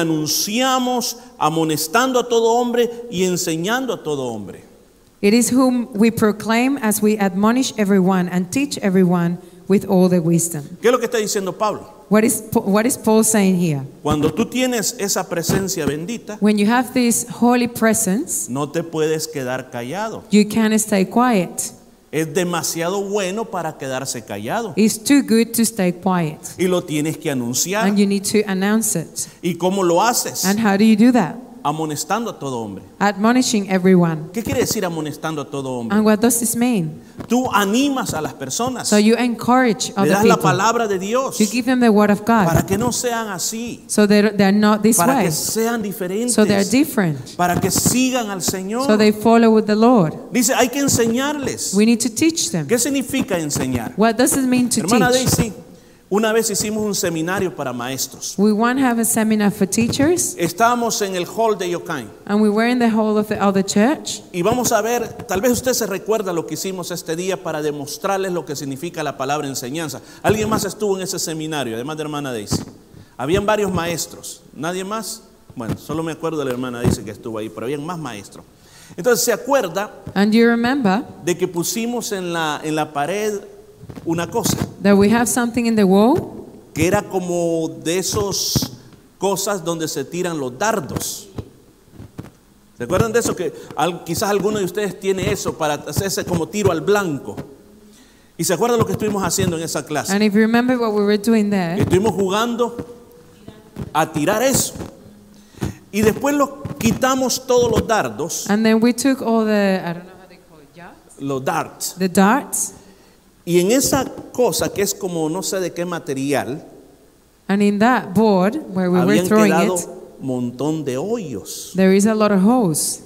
Speaker 1: anunciamos, amonestando a todo hombre y enseñando a todo hombre.
Speaker 2: It is whom we proclaim as we admonish everyone and teach everyone with all the wisdom.
Speaker 1: ¿Qué es lo que está diciendo Pablo?
Speaker 2: What is, Pa- what is Paul saying here?
Speaker 1: Cuando tú tienes esa presencia bendita,
Speaker 2: When you have this holy presence,
Speaker 1: no te puedes quedar callado.
Speaker 2: you can stay quiet.
Speaker 1: Es demasiado bueno para quedarse callado.
Speaker 2: It's too good to stay quiet.
Speaker 1: Y lo tienes que anunciar.
Speaker 2: And you need to announce it.
Speaker 1: ¿Y cómo lo haces?
Speaker 2: And how do you do that?
Speaker 1: Amonestando a todo hombre.
Speaker 2: Admonishing everyone.
Speaker 1: ¿Qué quiere decir amonestando a todo hombre?
Speaker 2: And what does this mean?
Speaker 1: Tú animas a las personas.
Speaker 2: Um, So you encourage
Speaker 1: Le
Speaker 2: other
Speaker 1: das la
Speaker 2: people.
Speaker 1: palabra de Dios
Speaker 2: You give them the word of
Speaker 1: para
Speaker 2: God.
Speaker 1: que no sean así,
Speaker 2: So they're, they're not this
Speaker 1: para
Speaker 2: way.
Speaker 1: que sean diferentes,
Speaker 2: So they're different.
Speaker 1: para que sigan al Señor.
Speaker 2: So they follow with the Lord.
Speaker 1: Dice, hay que enseñarles.
Speaker 2: We need to teach them.
Speaker 1: ¿Qué significa enseñar?
Speaker 2: What does it mean to
Speaker 1: Hermana
Speaker 2: teach?
Speaker 1: Daisy, una vez hicimos un seminario para maestros.
Speaker 2: We want to have a seminar for teachers,
Speaker 1: Estábamos en el hall de Yokain
Speaker 2: and we were in the hall of the other church.
Speaker 1: y vamos a ver, tal vez usted se recuerda lo que hicimos este día para demostrarles lo que significa la palabra enseñanza. ¿Alguien más estuvo en ese seminario, además de hermana Daisy? Habían varios maestros, ¿nadie más? Bueno, solo me acuerdo de la hermana Daisy que estuvo ahí, pero habían más maestros. Entonces, ¿se acuerda
Speaker 2: And you remember
Speaker 1: de que pusimos en la, en la pared una cosa,
Speaker 2: that we have something in the wall.
Speaker 1: que era como de esas cosas donde se tiran los dardos. ¿Se acuerdan de eso? Que al- quizás alguno de ustedes tiene eso para hacerse como tiro al blanco. ¿Y se acuerdan lo que estuvimos haciendo en esa clase?
Speaker 2: And if you remember what we were doing there,
Speaker 1: Estuvimos jugando a tirar eso. Y después lo quitamos todos los dardos,
Speaker 2: and then we took all the, I don't know how they call it, darts?
Speaker 1: los darts.
Speaker 2: The darts,
Speaker 1: Y en esa cosa que es como no sé de qué material,
Speaker 2: and in that board where we were
Speaker 1: habían
Speaker 2: throwing
Speaker 1: quedado
Speaker 2: it,
Speaker 1: montón de hoyos.
Speaker 2: there is a lot of holes.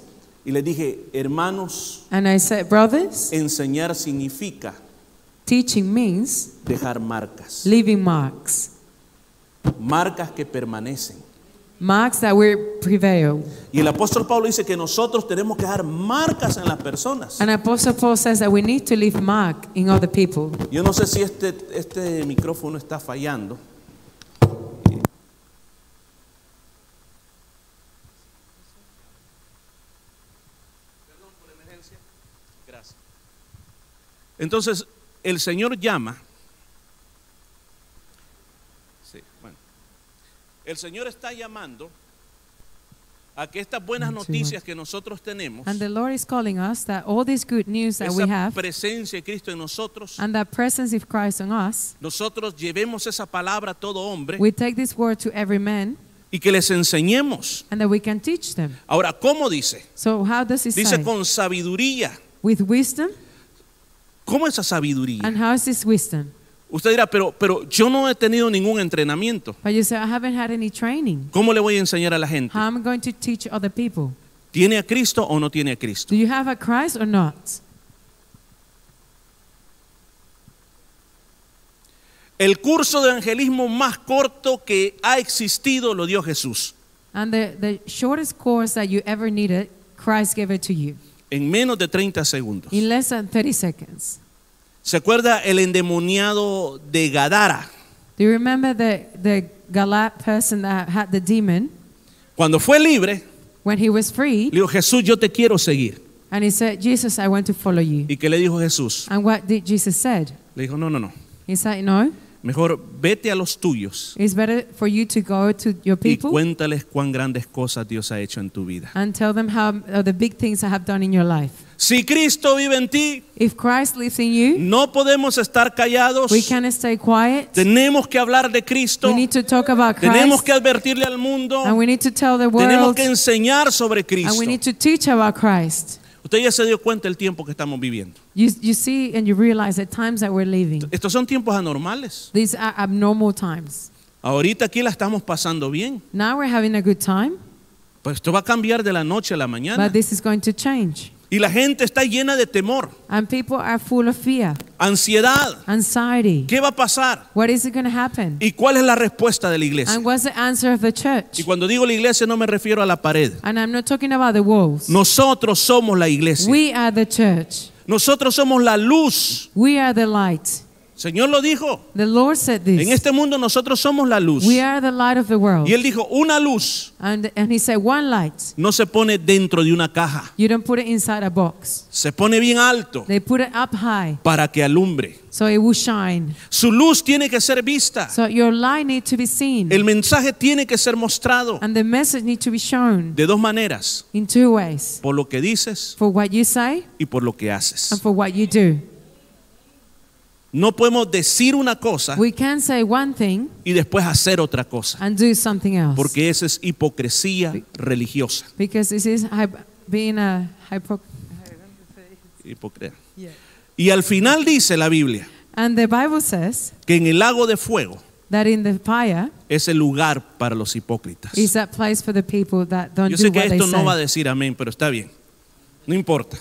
Speaker 1: Y les dije, hermanos,
Speaker 2: And I said, brothers,
Speaker 1: enseñar significa
Speaker 2: teaching means
Speaker 1: dejar marcas,
Speaker 2: leaving marks,
Speaker 1: marcas que permanecen.
Speaker 2: marks that will prevail.
Speaker 1: Y el apóstol Pablo dice que nosotros tenemos que dejar marcas en las personas.
Speaker 2: And Apostle Paul says that we need to leave mark in other people.
Speaker 1: Yo no sé si este, este micrófono está fallando. Gracias. Entonces, el Señor llama. Sí, bueno. El Señor está llamando a que estas buenas
Speaker 2: Sí, bueno.
Speaker 1: noticias que nosotros tenemos,
Speaker 2: And the Lord is calling us that all this good news that we
Speaker 1: esa
Speaker 2: have
Speaker 1: presencia de Cristo en nosotros,
Speaker 2: and that presence of Christ on us,
Speaker 1: nosotros llevemos esa palabra a todo hombre
Speaker 2: we take this word to every man
Speaker 1: y que les enseñemos.
Speaker 2: and that we can teach them.
Speaker 1: Ahora, ¿cómo dice?
Speaker 2: So how does it
Speaker 1: Dice
Speaker 2: say?
Speaker 1: con sabiduría.
Speaker 2: With wisdom.
Speaker 1: ¿Cómo esa sabiduría?
Speaker 2: And how is this wisdom?
Speaker 1: Usted dirá, pero, pero yo no he tenido ningún entrenamiento.
Speaker 2: But you say, I haven't had any training.
Speaker 1: ¿Cómo le voy a enseñar a la gente?
Speaker 2: How am I going to teach other people?
Speaker 1: ¿Tiene a Cristo o no tiene a Cristo?
Speaker 2: Do you have a Christ or not?
Speaker 1: El curso de evangelismo más corto que ha existido lo dio Jesús.
Speaker 2: And the, the shortest course that you ever needed, Christ gave it to you
Speaker 1: En menos de 30 segundos.
Speaker 2: in less than 30 seconds.
Speaker 1: ¿Se acuerda el endemoniado de Gadara?
Speaker 2: Do you remember the, the Galat person that had the demon?
Speaker 1: Cuando fue libre,
Speaker 2: When he was free,
Speaker 1: le dijo, Jesús, yo te quiero seguir.
Speaker 2: and he said, Jesus, I want to follow you.
Speaker 1: ¿Y qué le dijo Jesús?
Speaker 2: And what did Jesus said?
Speaker 1: Le dijo, no, no, no.
Speaker 2: He said, no,
Speaker 1: Mejor vete a los tuyos
Speaker 2: it's better for you to go to your
Speaker 1: y
Speaker 2: people
Speaker 1: cuéntales cuán grandes cosas Dios ha hecho en tu vida.
Speaker 2: and tell them how uh, the big things I have done in your life.
Speaker 1: Si Cristo vive en ti,
Speaker 2: If Christ lives in you,
Speaker 1: no podemos estar callados.
Speaker 2: we can stay quiet.
Speaker 1: Tenemos que hablar de
Speaker 2: We
Speaker 1: Cristo.
Speaker 2: need to talk about
Speaker 1: Tenemos
Speaker 2: Christ
Speaker 1: que advertirle al mundo.
Speaker 2: and we need to tell the
Speaker 1: Tenemos
Speaker 2: world
Speaker 1: que enseñar sobre
Speaker 2: and
Speaker 1: Cristo.
Speaker 2: we need to teach about Christ.
Speaker 1: Usted ya se dio cuenta el tiempo que estamos viviendo.
Speaker 2: You, you see and you realize the times that we're living,
Speaker 1: Estos son tiempos anormales.
Speaker 2: these are abnormal times.
Speaker 1: Ahorita aquí la estamos pasando bien.
Speaker 2: Now we're having a good time.
Speaker 1: Pues esto va a cambiar de la noche a la mañana.
Speaker 2: But this is going to change.
Speaker 1: Y la gente está llena de temor,
Speaker 2: And people are full of fear,
Speaker 1: ansiedad.
Speaker 2: anxiety.
Speaker 1: ¿Qué va a pasar?
Speaker 2: What is going to happen?
Speaker 1: ¿Y cuál es la respuesta de la iglesia?
Speaker 2: And what's the answer of the church?
Speaker 1: Y cuando digo la iglesia no me refiero a la pared.
Speaker 2: And I'm not talking about the walls.
Speaker 1: Nosotros somos la iglesia.
Speaker 2: We are the church.
Speaker 1: Nosotros somos la luz.
Speaker 2: We are the light.
Speaker 1: Señor lo dijo.
Speaker 2: The Lord said
Speaker 1: En
Speaker 2: this.
Speaker 1: este mundo nosotros somos la luz.
Speaker 2: We are the light of the world.
Speaker 1: Y él dijo, una luz
Speaker 2: And, and he said, one light.
Speaker 1: no se pone dentro de una caja.
Speaker 2: You don't put it inside a box.
Speaker 1: Se pone bien alto
Speaker 2: They put it up high
Speaker 1: para que alumbre.
Speaker 2: so it will shine.
Speaker 1: Su luz tiene que ser vista.
Speaker 2: So your light needs to be seen.
Speaker 1: El mensaje tiene que ser mostrado
Speaker 2: And the message needs to be shown
Speaker 1: de dos maneras.
Speaker 2: in two ways.
Speaker 1: Por lo que dices
Speaker 2: For what you say
Speaker 1: y por lo que
Speaker 2: and
Speaker 1: haces.
Speaker 2: for what you do.
Speaker 1: No podemos decir una cosa
Speaker 2: We can say one thing
Speaker 1: y después hacer otra cosa.
Speaker 2: and do something else.
Speaker 1: Porque esa es hipocresía religiosa.
Speaker 2: Because this is hy- being a hypocrite.
Speaker 1: Hipocre- Y al final dice la Biblia
Speaker 2: And the Bible says
Speaker 1: que en el lago de fuego
Speaker 2: that in the fire
Speaker 1: es el lugar para los hipócritas.
Speaker 2: is that place for the people that don't
Speaker 1: Yo
Speaker 2: do
Speaker 1: sé que
Speaker 2: what they
Speaker 1: esto no va a
Speaker 2: say.
Speaker 1: decir amén, pero está bien. No importa.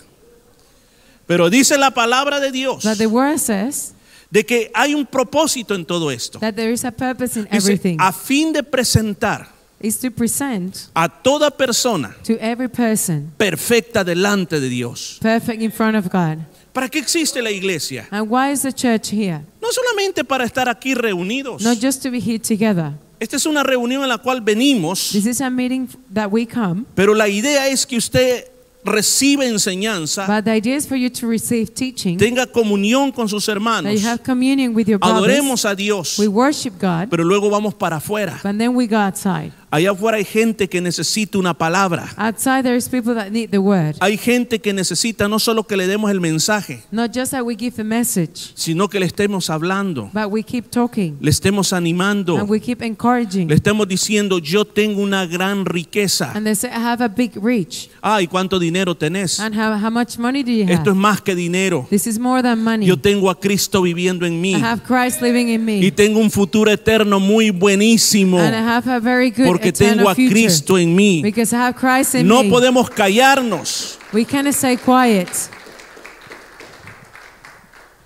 Speaker 1: Pero dice la palabra de Dios
Speaker 2: But the word says
Speaker 1: de que hay un propósito en todo esto.
Speaker 2: that there is a purpose in
Speaker 1: Dice,
Speaker 2: everything.
Speaker 1: a fin de presentar
Speaker 2: Is to present
Speaker 1: a toda persona
Speaker 2: to every person
Speaker 1: perfecta delante de Dios.
Speaker 2: perfect in front of God.
Speaker 1: ¿Para qué existe la iglesia?
Speaker 2: And why is the church here?
Speaker 1: No solamente para estar aquí reunidos.
Speaker 2: Not just to be here together.
Speaker 1: Esta es una reunión en la cual venimos,
Speaker 2: This is a meeting that we come,
Speaker 1: pero la idea es que usted reciba enseñanza,
Speaker 2: but the idea is for you to receive teaching, that
Speaker 1: tenga comunión con sus
Speaker 2: you
Speaker 1: hermanos,
Speaker 2: have communion with your brothers.
Speaker 1: adoremos a Dios,
Speaker 2: We worship God,
Speaker 1: pero luego vamos para afuera.
Speaker 2: but then we go outside.
Speaker 1: Allá afuera hay gente que necesita una palabra.
Speaker 2: Outside there is people that need the word.
Speaker 1: Hay gente que necesita no solo que le demos el mensaje,
Speaker 2: Not just that we give a message,
Speaker 1: sino que le estemos hablando,
Speaker 2: but we keep talking
Speaker 1: le estemos animando,
Speaker 2: and we keep encouraging.
Speaker 1: le estemos diciendo, yo tengo una gran riqueza.
Speaker 2: And they say, I have a big reach.
Speaker 1: Ay, ¿cuánto dinero tenés?
Speaker 2: And how, how much money do you
Speaker 1: Esto es
Speaker 2: have?
Speaker 1: más que dinero.
Speaker 2: This is more than money.
Speaker 1: Yo tengo a Cristo viviendo en mí
Speaker 2: I have Christ living in
Speaker 1: y
Speaker 2: me.
Speaker 1: tengo un futuro eterno muy buenísimo
Speaker 2: And I have a very
Speaker 1: porque
Speaker 2: good
Speaker 1: tengo
Speaker 2: eternal
Speaker 1: a
Speaker 2: future.
Speaker 1: Cristo en mí.
Speaker 2: Because I have Christ in
Speaker 1: No
Speaker 2: me.
Speaker 1: podemos callarnos.
Speaker 2: We cannot stay quiet.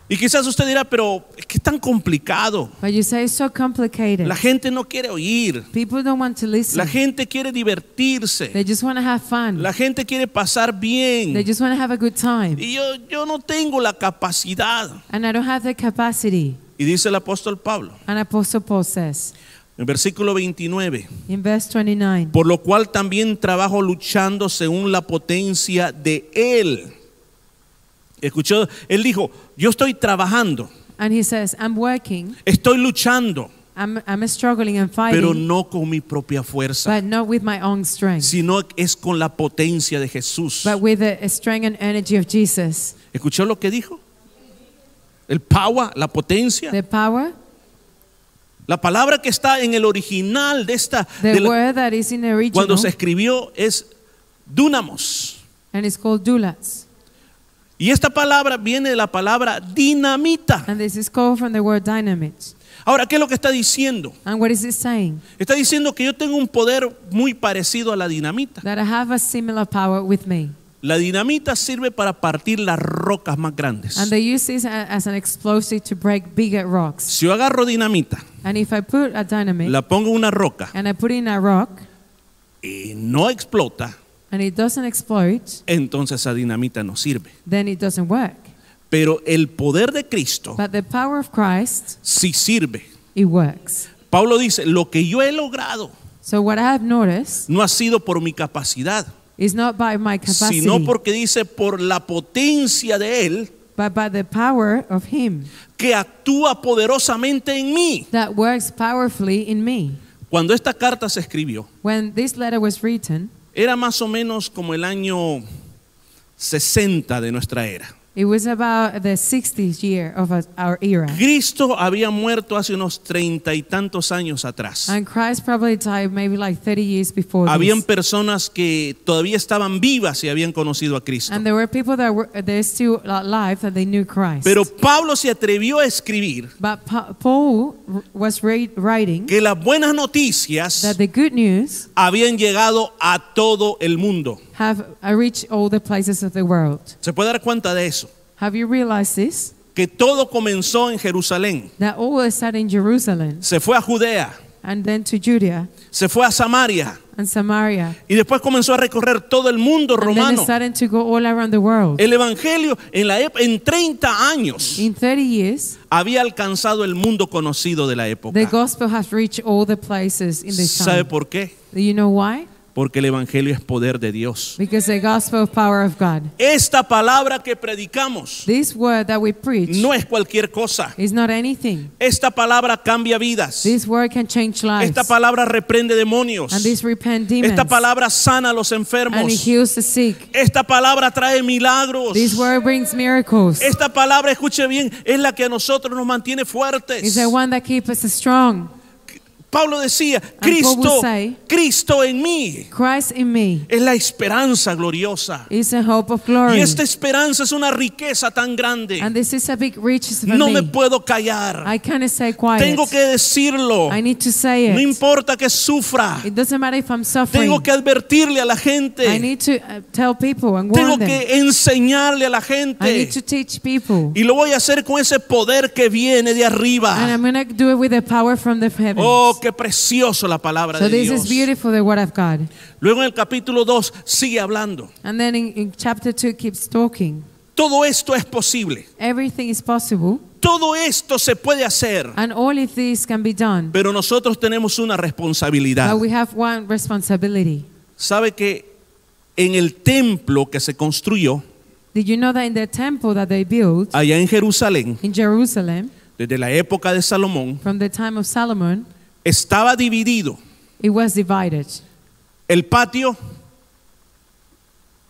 Speaker 1: Y quizás usted dirá, pero es que es tan complicado.
Speaker 2: But you say it's so complicated.
Speaker 1: La gente no quiere oír.
Speaker 2: People don't want to listen.
Speaker 1: La gente quiere divertirse.
Speaker 2: They just want to have fun.
Speaker 1: La gente quiere pasar
Speaker 2: They
Speaker 1: bien.
Speaker 2: just want to have a good time.
Speaker 1: Y yo, yo no tengo la capacidad.
Speaker 2: And I don't have the capacity.
Speaker 1: Y dice el apóstol Pablo,
Speaker 2: And Apostle Paul says
Speaker 1: en versículo 29,
Speaker 2: in verse 29,
Speaker 1: por lo cual también trabajo luchando según la potencia de Él. Escuchó, Él dijo, yo estoy trabajando,
Speaker 2: and he says, I'm working,
Speaker 1: estoy luchando,
Speaker 2: I'm, I'm struggling and
Speaker 1: pero
Speaker 2: fighting,
Speaker 1: no con mi propia fuerza,
Speaker 2: but not with my own strength,
Speaker 1: sino es con la potencia de Jesús.
Speaker 2: but with the strength and energy of Jesus.
Speaker 1: ¿Escuchó lo que dijo? El power, la potencia.
Speaker 2: The power,
Speaker 1: La palabra que está en el original de esta,
Speaker 2: the
Speaker 1: de la-
Speaker 2: word that is in the
Speaker 1: cuando
Speaker 2: original,
Speaker 1: se escribió es dunamos.
Speaker 2: and it's called doulas.
Speaker 1: Y esta palabra viene de la palabra dinamita.
Speaker 2: And this is called from the word dynamite.
Speaker 1: Ahora, ¿qué es lo que está diciendo?
Speaker 2: And what is it saying?
Speaker 1: Está diciendo que yo tengo un poder muy parecido a la dinamita.
Speaker 2: That I have a similar power with me.
Speaker 1: La dinamita sirve para partir las rocas más grandes.
Speaker 2: And they use this a- as an explosive to break bigger rocks.
Speaker 1: Si yo agarro dinamita,
Speaker 2: And if I put a dynamite
Speaker 1: la pongo en una roca
Speaker 2: and I put in a rock
Speaker 1: y no explota,
Speaker 2: and it doesn't explode,
Speaker 1: entonces esa dinamita no sirve.
Speaker 2: then it doesn't work.
Speaker 1: Pero el poder de Cristo
Speaker 2: But the power of Christ,
Speaker 1: sí sirve.
Speaker 2: it works.
Speaker 1: Pablo dice, lo que yo he logrado
Speaker 2: So what I have noticed
Speaker 1: no ha sido por mi capacidad,
Speaker 2: is not by my
Speaker 1: sino
Speaker 2: capacity,
Speaker 1: porque dice por la potencia de Él
Speaker 2: but by the power of Him
Speaker 1: que actúa poderosamente en mí.
Speaker 2: that works powerfully in me.
Speaker 1: Cuando esta carta se escribió,
Speaker 2: When this letter was written,
Speaker 1: era más o menos como el año 60 de nuestra era.
Speaker 2: It was about the 60th year of our- our era.
Speaker 1: Cristo había muerto hace unos treinta y tantos años atrás.
Speaker 2: And Christ probably died maybe like 30 years before
Speaker 1: Habían
Speaker 2: this.
Speaker 1: personas que todavía estaban vivas y habían conocido a Cristo.
Speaker 2: And there were people that were they're still alive that they knew Christ.
Speaker 1: Pero Pablo se atrevió a escribir
Speaker 2: but Pa- Paul r- was ra- writing
Speaker 1: que las buenas noticias
Speaker 2: that the good news
Speaker 1: habían llegado a todo el mundo.
Speaker 2: have uh, reached all the places of the world.
Speaker 1: ¿Se puede dar cuenta de eso?
Speaker 2: Have you realized this?
Speaker 1: Que todo comenzó en Jerusalén,
Speaker 2: That all was started in Jerusalem
Speaker 1: se fue a Judea,
Speaker 2: and then to Judea
Speaker 1: se fue a Samaria
Speaker 2: and Samaria.
Speaker 1: y después comenzó a recorrer todo el mundo
Speaker 2: And then it
Speaker 1: romano.
Speaker 2: started to go all around the world.
Speaker 1: El Evangelio en, la ep- en 30 años
Speaker 2: In 30 years,
Speaker 1: había alcanzado el mundo conocido de la
Speaker 2: the
Speaker 1: época.
Speaker 2: gospel has reached all the places in this
Speaker 1: ¿Sabe
Speaker 2: time.
Speaker 1: por qué?
Speaker 2: Do you know why?
Speaker 1: Porque el Evangelio es poder de Dios.
Speaker 2: Because the gospel of power of God.
Speaker 1: Esta palabra que predicamos
Speaker 2: This word that we preach
Speaker 1: no es cualquier cosa.
Speaker 2: is not anything.
Speaker 1: Esta palabra cambia vidas.
Speaker 2: This word can change lives.
Speaker 1: Esta palabra reprende demonios.
Speaker 2: And this repent demons.
Speaker 1: Esta palabra sana a los
Speaker 2: and it
Speaker 1: enfermos.
Speaker 2: heals the sick.
Speaker 1: Esta palabra trae milagros.
Speaker 2: This word brings miracles.
Speaker 1: Esta palabra, escuche bien, es la que a nosotros nos mantiene
Speaker 2: It's
Speaker 1: fuertes.
Speaker 2: the one that keeps us strong.
Speaker 1: Pablo decía,
Speaker 2: Paul
Speaker 1: Cristo,
Speaker 2: will say,
Speaker 1: Cristo en mí
Speaker 2: Christ in me
Speaker 1: es la esperanza gloriosa.
Speaker 2: is the hope of glory.
Speaker 1: Y esta esperanza es una riqueza tan grande.
Speaker 2: and this is a big riches for
Speaker 1: No
Speaker 2: me.
Speaker 1: me puedo callar.
Speaker 2: I can't stay quiet.
Speaker 1: Tengo que decirlo.
Speaker 2: I need to say it.
Speaker 1: No importa que sufra.
Speaker 2: It doesn't matter if I'm suffering.
Speaker 1: Tengo que advertirle a la
Speaker 2: I
Speaker 1: gente.
Speaker 2: need to uh, tell people and warn
Speaker 1: Tengo
Speaker 2: them.
Speaker 1: que enseñarle a la
Speaker 2: I need to
Speaker 1: gente.
Speaker 2: teach people.
Speaker 1: Y lo voy a hacer con ese poder que viene de
Speaker 2: And
Speaker 1: arriba.
Speaker 2: I'm going to do it with the power from the heavens.
Speaker 1: Oh, qué precioso la palabra
Speaker 2: so
Speaker 1: de
Speaker 2: this
Speaker 1: Dios.
Speaker 2: is beautiful, the word of God.
Speaker 1: Luego en el capítulo 2 sigue hablando.
Speaker 2: And then in, in chapter 2 it keeps talking.
Speaker 1: Todo esto es posible.
Speaker 2: Everything is possible.
Speaker 1: Todo esto se puede hacer.
Speaker 2: And all of this can be done.
Speaker 1: Pero nosotros tenemos una responsabilidad.
Speaker 2: But we have one responsibility.
Speaker 1: ¿Sabe que en el templo que se construyó
Speaker 2: Did you know that in the temple that they built
Speaker 1: allá en Jerusalén,
Speaker 2: in Jerusalem
Speaker 1: desde la época de Salomón,
Speaker 2: from the time of Solomon,
Speaker 1: estaba dividido
Speaker 2: it was divided?
Speaker 1: el patio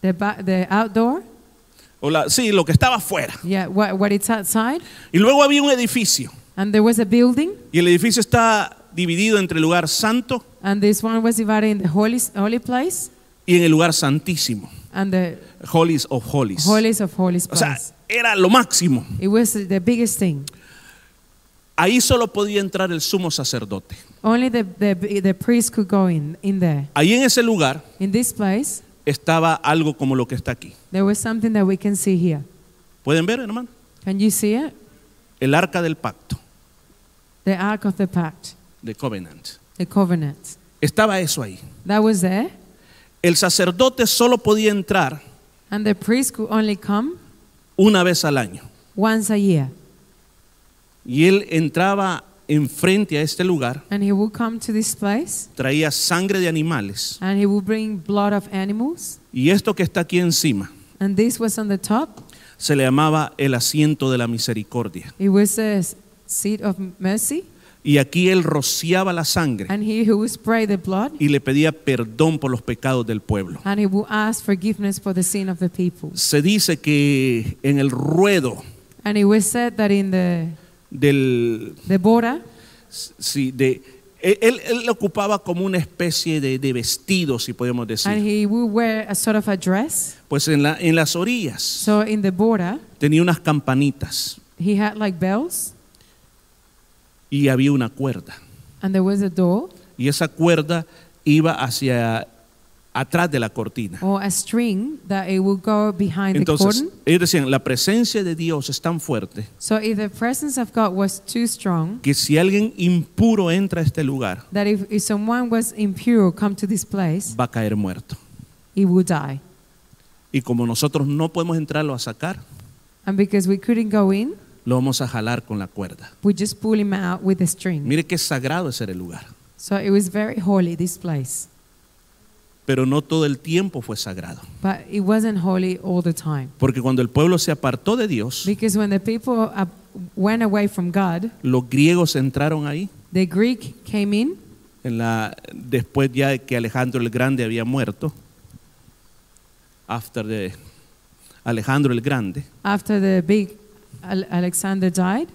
Speaker 2: The, ba- the outdoor,
Speaker 1: o la, sí, lo que estaba afuera.
Speaker 2: yeah, what, what it's outside.
Speaker 1: Y luego había un edificio.
Speaker 2: And there was a building,
Speaker 1: Y el edificio está dividido entre el lugar santo
Speaker 2: and this one was divided in the holy, holy place
Speaker 1: y en el lugar santísimo.
Speaker 2: and the
Speaker 1: Holies of holies.
Speaker 2: holies of holies
Speaker 1: O sea,
Speaker 2: place.
Speaker 1: era lo máximo.
Speaker 2: It was the biggest thing.
Speaker 1: Ahí solo podía entrar el sumo sacerdote.
Speaker 2: Only the, the, the priest could go in, in there.
Speaker 1: Ahí en ese lugar
Speaker 2: In this place,
Speaker 1: estaba algo como lo que está aquí.
Speaker 2: there was something that we can see here.
Speaker 1: ¿Pueden ver, hermano?
Speaker 2: Can you see it?
Speaker 1: El arca del pacto,
Speaker 2: The Ark of the Pact,
Speaker 1: de Covenant.
Speaker 2: the covenant.
Speaker 1: Estaba eso ahí.
Speaker 2: That was there.
Speaker 1: El sacerdote solo podía entrar
Speaker 2: And the priest could only come
Speaker 1: una vez al año.
Speaker 2: once a year.
Speaker 1: Y él entraba enfrente a este lugar,
Speaker 2: And he would come to this place
Speaker 1: traía sangre de animales.
Speaker 2: and he would bring blood of animals.
Speaker 1: Y esto que está aquí encima
Speaker 2: And this was on the top.
Speaker 1: se le llamaba el asiento de la misericordia.
Speaker 2: It was a s- seat of mercy.
Speaker 1: Y aquí él rociaba la sangre
Speaker 2: And he who would spray the blood
Speaker 1: y le pedía perdón por los pecados del pueblo.
Speaker 2: and he would ask forgiveness for the sin of the people.
Speaker 1: Se dice que en el ruedo
Speaker 2: And it was said that in the,
Speaker 1: del
Speaker 2: the border,
Speaker 1: sí, de él, él- él ocupaba como una especie de, de vestido, si podemos
Speaker 2: and
Speaker 1: decir.
Speaker 2: he would wear a sort of a dress.
Speaker 1: Pues en, la- en las orillas
Speaker 2: So in the border,
Speaker 1: tenía unas campanitas
Speaker 2: he had like bells
Speaker 1: y había una cuerda.
Speaker 2: and there was a door
Speaker 1: Y esa cuerda iba hacia atrás de la cortina.
Speaker 2: or a string that it would go behind
Speaker 1: Entonces,
Speaker 2: the curtain.
Speaker 1: ellos decían, la presencia de Dios es tan fuerte
Speaker 2: So if the presence of God was too strong,
Speaker 1: que si alguien impuro entra a este lugar,
Speaker 2: that if, if someone was impure come to this place,
Speaker 1: va a caer muerto.
Speaker 2: he would die.
Speaker 1: Y como nosotros no podemos entrarlo a sacar,
Speaker 2: And because we couldn't go in,
Speaker 1: lo vamos a jalar con la cuerda.
Speaker 2: we just pull him out with a string.
Speaker 1: Mire qué sagrado es el lugar.
Speaker 2: So it was very holy, this place.
Speaker 1: Pero no todo el tiempo fue sagrado.
Speaker 2: But it wasn't holy all the time.
Speaker 1: Porque cuando el pueblo se apartó de Dios,
Speaker 2: Because when the people uh, went away from God,
Speaker 1: los griegos entraron ahí.
Speaker 2: the Greek came in
Speaker 1: en la- después ya de que Alejandro el Grande había muerto, after the, Alejandro el Grande.
Speaker 2: After the big Al- Alexander died,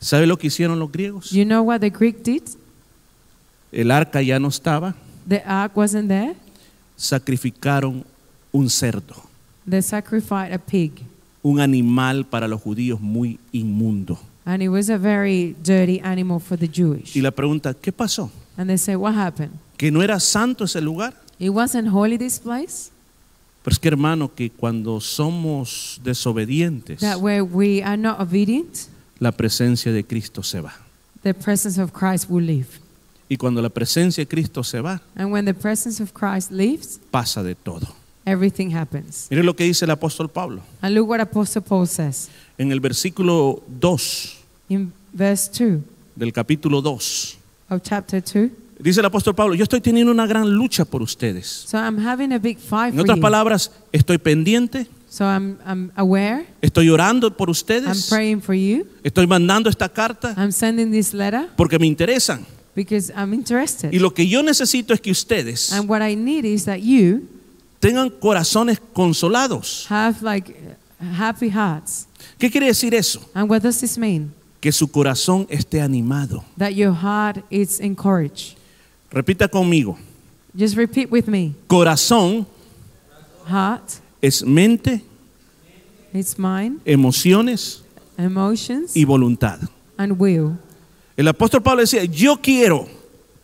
Speaker 1: ¿Sabe lo que hicieron los griegos?
Speaker 2: you know what the Greek did?
Speaker 1: El arca ya no estaba,
Speaker 2: The ark wasn't there.
Speaker 1: sacrificaron un cerdo,
Speaker 2: They sacrificed a pig,
Speaker 1: un animal para los judíos muy inmundo.
Speaker 2: and it was a very dirty animal for the Jewish.
Speaker 1: Y la pregunta, ¿qué pasó?
Speaker 2: And they say, what happened?
Speaker 1: ¿Que no era santo ese lugar?
Speaker 2: It wasn't holy this place.
Speaker 1: Pero es que hermano, que cuando somos desobedientes,
Speaker 2: That where we are not obedient,
Speaker 1: la presencia de Cristo se va.
Speaker 2: the presence of Christ will leave.
Speaker 1: Y cuando la presencia de Cristo se va,
Speaker 2: And when the presence of Christ leaves,
Speaker 1: pasa de todo.
Speaker 2: everything happens.
Speaker 1: Mire lo que dice el apóstol Pablo
Speaker 2: And look what Apostle Paul says
Speaker 1: en el versículo 2
Speaker 2: in verse 2
Speaker 1: del capítulo 2.
Speaker 2: of chapter 2.
Speaker 1: Dice el apóstol Pablo, yo estoy teniendo una gran lucha por ustedes.
Speaker 2: So I'm having a big fight
Speaker 1: En
Speaker 2: for
Speaker 1: otras
Speaker 2: you.
Speaker 1: palabras, estoy pendiente,
Speaker 2: So I'm, I'm aware.
Speaker 1: estoy orando por
Speaker 2: I'm
Speaker 1: ustedes,
Speaker 2: praying for you.
Speaker 1: estoy mandando esta carta
Speaker 2: I'm sending this letter
Speaker 1: porque me interesan.
Speaker 2: because I'm interested.
Speaker 1: Y lo que yo necesito es que ustedes
Speaker 2: And what I need is that you
Speaker 1: tengan corazones consolados.
Speaker 2: have like happy hearts.
Speaker 1: ¿Qué quiere decir eso?
Speaker 2: And what does this mean?
Speaker 1: Que su corazón esté animado.
Speaker 2: That your heart is encouraged.
Speaker 1: Repita conmigo.
Speaker 2: Just repeat with me.
Speaker 1: Corazón
Speaker 2: Heart,
Speaker 1: es mente,
Speaker 2: it's mind,
Speaker 1: emociones
Speaker 2: emotions,
Speaker 1: y voluntad.
Speaker 2: and will.
Speaker 1: El apóstol Pablo decía, yo quiero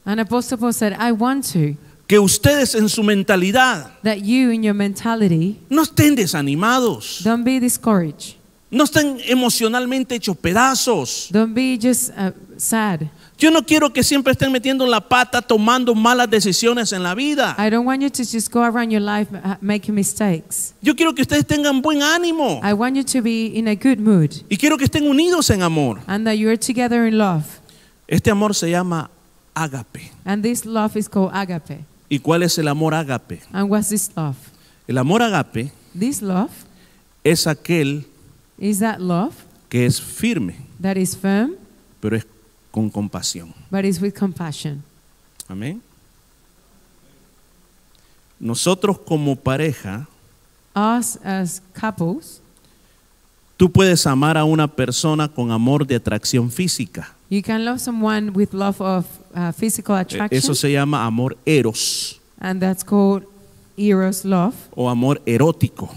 Speaker 2: And Apostle Paul said, I want to,
Speaker 1: que ustedes en su mentalidad
Speaker 2: that you in your mentality
Speaker 1: no estén desanimados,
Speaker 2: don't be discouraged.
Speaker 1: no estén emocionalmente hechos pedazos.
Speaker 2: Don't be just uh, sad.
Speaker 1: Yo no quiero que siempre estén metiendo la pata tomando malas decisiones en la vida.
Speaker 2: I don't want you to just go around your life uh, making mistakes.
Speaker 1: Yo quiero que ustedes tengan buen ánimo
Speaker 2: I want you to be in a good mood
Speaker 1: y quiero que estén unidos en amor.
Speaker 2: and that you're together in love.
Speaker 1: Este amor se llama ágape.
Speaker 2: And this love is called agape.
Speaker 1: ¿Y cuál es el amor ágape?
Speaker 2: And what's this love?
Speaker 1: El amor ágape
Speaker 2: This love
Speaker 1: es aquel
Speaker 2: is that love
Speaker 1: que es firme,
Speaker 2: that is firm,
Speaker 1: pero es con compasión.
Speaker 2: but is with compassion.
Speaker 1: Amén. Nosotros como pareja,
Speaker 2: Us as couples,
Speaker 1: tú puedes amar a una persona con amor de atracción física.
Speaker 2: you can love someone with love of uh, physical
Speaker 1: Eh,
Speaker 2: attraction,
Speaker 1: Eso se llama amor eros
Speaker 2: and that's called eros love
Speaker 1: o Oh amor erótico.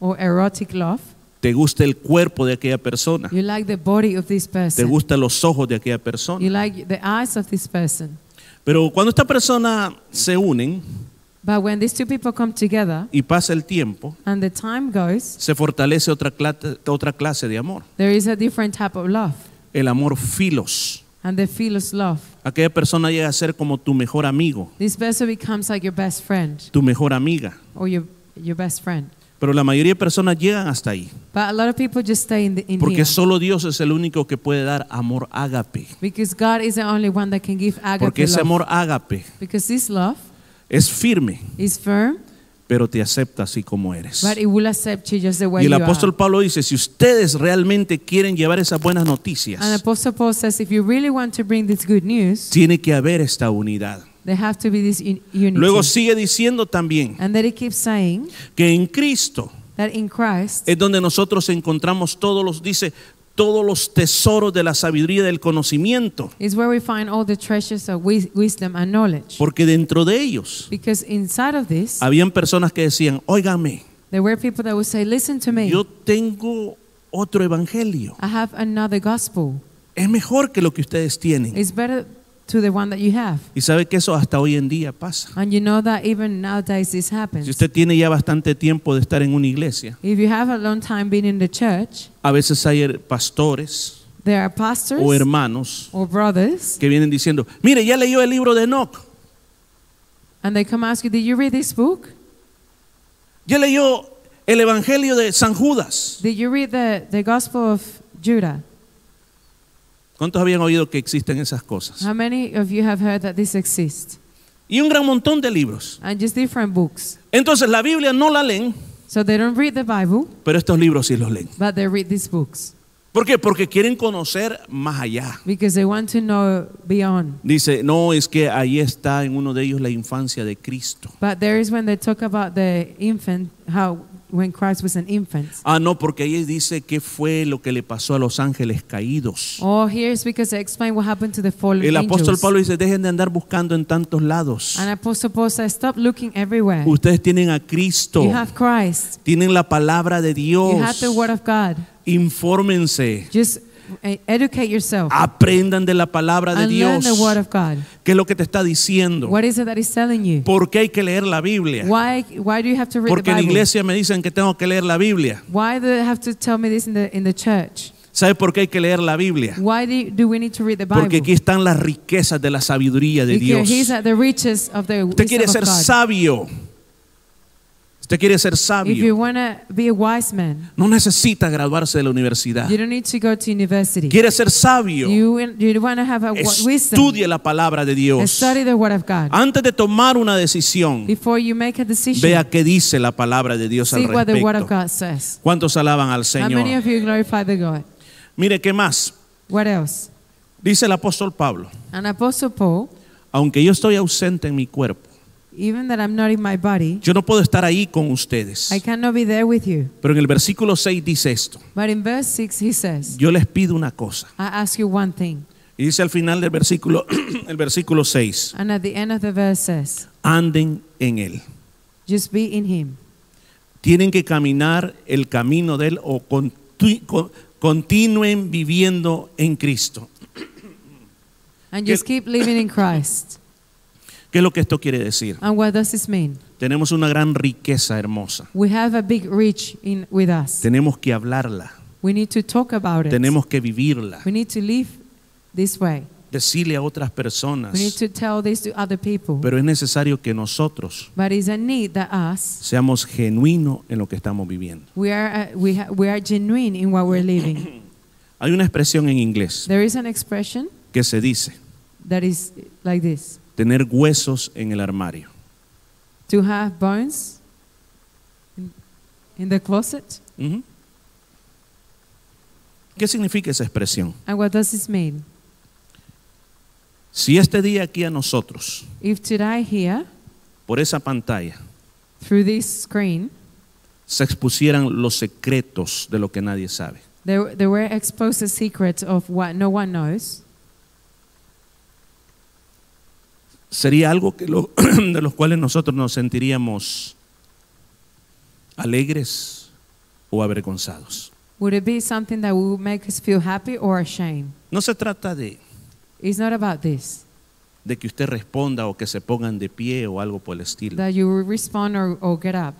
Speaker 2: or erotic love.
Speaker 1: Te gusta el cuerpo de aquella persona,
Speaker 2: You like the body of this
Speaker 1: te
Speaker 2: person.
Speaker 1: gustan los ojos de aquella
Speaker 2: You
Speaker 1: persona.
Speaker 2: like the eyes of this person.
Speaker 1: Pero cuando esta persona se unen
Speaker 2: But when these two people come together
Speaker 1: y pasa el tiempo,
Speaker 2: and the time goes,
Speaker 1: se fortalece otra clase, otra clase de amor,
Speaker 2: there is a different type of love.
Speaker 1: el amor filos.
Speaker 2: And the philos love.
Speaker 1: Aquella persona llega a ser como tu mejor amigo,
Speaker 2: This person becomes like your best friend
Speaker 1: tu mejor amiga.
Speaker 2: or your, your best friend.
Speaker 1: Pero la mayoría de personas llegan hasta ahí,
Speaker 2: But a lot of people just stay in, the, in
Speaker 1: porque
Speaker 2: here.
Speaker 1: solo Dios es el único que puede dar amor ágape.
Speaker 2: because God is the only one that can give agape
Speaker 1: Porque ese
Speaker 2: love.
Speaker 1: amor ágape
Speaker 2: Because this love
Speaker 1: es firme,
Speaker 2: is firm,
Speaker 1: pero te acepta así como eres.
Speaker 2: but it will accept you just the way
Speaker 1: Y el
Speaker 2: you
Speaker 1: apóstol
Speaker 2: are.
Speaker 1: Pablo dice, si ustedes realmente quieren llevar esas buenas
Speaker 2: And
Speaker 1: noticias,
Speaker 2: Apostle Paul says, if you really want to bring this good news,
Speaker 1: tiene que haber esta unidad.
Speaker 2: there have to be this un- unity.
Speaker 1: Luego sigue diciendo también
Speaker 2: and then he keeps saying
Speaker 1: que en Cristo
Speaker 2: that in Christ,
Speaker 1: es donde nosotros encontramos todos los, dice, todos los tesoros de la sabiduría y del conocimiento,
Speaker 2: is where we find all the treasures of wis- wisdom and knowledge.
Speaker 1: porque dentro de ellos
Speaker 2: Because inside of this,
Speaker 1: habían personas que decían, óigame,
Speaker 2: there were people that would say, Listen to me,
Speaker 1: yo tengo otro evangelio,
Speaker 2: I have another gospel.
Speaker 1: es mejor que lo que ustedes tienen.
Speaker 2: It's better to the one that you have.
Speaker 1: Y sabe que eso hasta hoy en día pasa.
Speaker 2: And you know that even nowadays this happens.
Speaker 1: Si usted tiene ya bastante tiempo de estar en una iglesia,
Speaker 2: if you have a long time been in the church,
Speaker 1: a veces hay her- pastores
Speaker 2: there are pastors
Speaker 1: o hermanos
Speaker 2: or brothers,
Speaker 1: que vienen diciendo, mire, ya leyó el libro de Enoch,
Speaker 2: and they come ask you, Did you read this book?
Speaker 1: ya leyó el evangelio de San Judas.
Speaker 2: Did you read the, the Gospel of Judah?
Speaker 1: ¿Cuántos habían oído que existen esas cosas?
Speaker 2: How many of you have heard that this exists?
Speaker 1: y un gran montón de libros.
Speaker 2: And just different books.
Speaker 1: Entonces la Biblia no la leen,
Speaker 2: So they don't read the Bible,
Speaker 1: pero estos libros sí los leen.
Speaker 2: but they read these books
Speaker 1: ¿Por qué? Porque quieren conocer más allá.
Speaker 2: because they want to know beyond.
Speaker 1: Dice, no, es que ahí está en uno de ellos la infancia de Cristo.
Speaker 2: But there is when they talk about the infant, how when Christ was an infant.
Speaker 1: Ah, no, porque ahí dice qué fue lo que le pasó a los ángeles caídos.
Speaker 2: Oh, here's because I explain what happened to the fallen
Speaker 1: El apóstol
Speaker 2: angels.
Speaker 1: Pablo dice, dejen de andar buscando en tantos lados.
Speaker 2: And Apostle Paul said, stop looking everywhere.
Speaker 1: Ustedes tienen a Cristo,
Speaker 2: You have Christ.
Speaker 1: tienen la palabra de Dios.
Speaker 2: You have the Word of God.
Speaker 1: Infórmense,
Speaker 2: Just eh, educate yourself
Speaker 1: aprendan de la palabra de
Speaker 2: and learn
Speaker 1: Dios.
Speaker 2: the Word of God.
Speaker 1: ¿Qué es lo que te está diciendo?
Speaker 2: What is it that He's telling you?
Speaker 1: ¿Por qué hay que leer la Biblia?
Speaker 2: Why? Why do you have to read
Speaker 1: Porque
Speaker 2: the
Speaker 1: en
Speaker 2: Bible?
Speaker 1: iglesia me dicen que tengo que leer la Biblia.
Speaker 2: Why do they have to tell me this in the in the church?
Speaker 1: ¿Sabe por qué hay que leer la Biblia?
Speaker 2: Why do, you- do we need to read the Bible?
Speaker 1: Porque aquí están las riquezas de la sabiduría de Dios.
Speaker 2: Because He's at the riches of the
Speaker 1: Usted
Speaker 2: wisdom
Speaker 1: quiere
Speaker 2: of
Speaker 1: ser
Speaker 2: God.
Speaker 1: sabio. Usted quiere ser
Speaker 2: If you
Speaker 1: sabio.
Speaker 2: want to be a wise man,
Speaker 1: No necesita graduarse de la universidad.
Speaker 2: you don't need to go to university.
Speaker 1: Ah. Quiere ser sabio.
Speaker 2: You, you want to have a wi- wisdom.
Speaker 1: Estudie la palabra de Dios. Ah.
Speaker 2: Study the Word of God.
Speaker 1: Antes de tomar una decisión,
Speaker 2: Before you make a decision,
Speaker 1: vea qué dice la palabra de Dios al
Speaker 2: see what the Word of
Speaker 1: respecto.
Speaker 2: God says.
Speaker 1: ¿Cuántos alaban al
Speaker 2: How many
Speaker 1: Señor?
Speaker 2: of you glorify the God?
Speaker 1: Mire, ¿qué más?
Speaker 2: What else?
Speaker 1: Dice el apóstol Pablo,
Speaker 2: And Apostle Paul,
Speaker 1: aunque yo estoy ausente en mi cuerpo,
Speaker 2: even that I'm not in my body,
Speaker 1: yo no puedo estar ahí con ustedes.
Speaker 2: I cannot be there with you.
Speaker 1: Pero en el versículo 6 dice esto,
Speaker 2: But in verse 6, he says,
Speaker 1: yo les pido una cosa.
Speaker 2: I ask you one thing.
Speaker 1: Y dice al final del versículo, el versículo 6,
Speaker 2: And at the end of the verse says,
Speaker 1: anden en él.
Speaker 2: just be in him.
Speaker 1: Tienen que caminar el camino de él o conti- con- continúen viviendo en Cristo.
Speaker 2: And just keep living in Christ.
Speaker 1: ¿Qué es lo que esto quiere decir?
Speaker 2: And what does this mean?
Speaker 1: Tenemos una gran riqueza hermosa.
Speaker 2: We have a big reach in with us.
Speaker 1: Tenemos que hablarla,
Speaker 2: We need to talk about it.
Speaker 1: tenemos que vivirla,
Speaker 2: We need to live this way.
Speaker 1: decirle a otras
Speaker 2: We need
Speaker 1: personas.
Speaker 2: to tell this to other people.
Speaker 1: Pero es necesario que nosotros
Speaker 2: But it's a need that us
Speaker 1: seamos genuinos en lo que estamos viviendo.
Speaker 2: we are uh, we ha, we are genuine in what we're living.
Speaker 1: Hay una expresión en inglés
Speaker 2: There is an expression
Speaker 1: que se dice,
Speaker 2: that is like this:
Speaker 1: tener huesos en el armario.
Speaker 2: to have bones in, in the closet.
Speaker 1: Ujú. ¿Qué significa esa expresión?
Speaker 2: And what does this mean?
Speaker 1: Si este día aquí a nosotros,
Speaker 2: If today here
Speaker 1: por esa pantalla,
Speaker 2: through this screen
Speaker 1: se expusieran los secretos de lo que nadie sabe,
Speaker 2: there there were exposed the secrets of what no one knows.
Speaker 1: sería algo que lo- de los cuales nosotros nos sentiríamos alegres o avergonzados.
Speaker 2: Would it be something that will make us feel happy or ashamed?
Speaker 1: No se trata de,
Speaker 2: It's not about this.
Speaker 1: de que usted responda o que se pongan de pie o algo por el estilo.
Speaker 2: That you will respond or, or get up.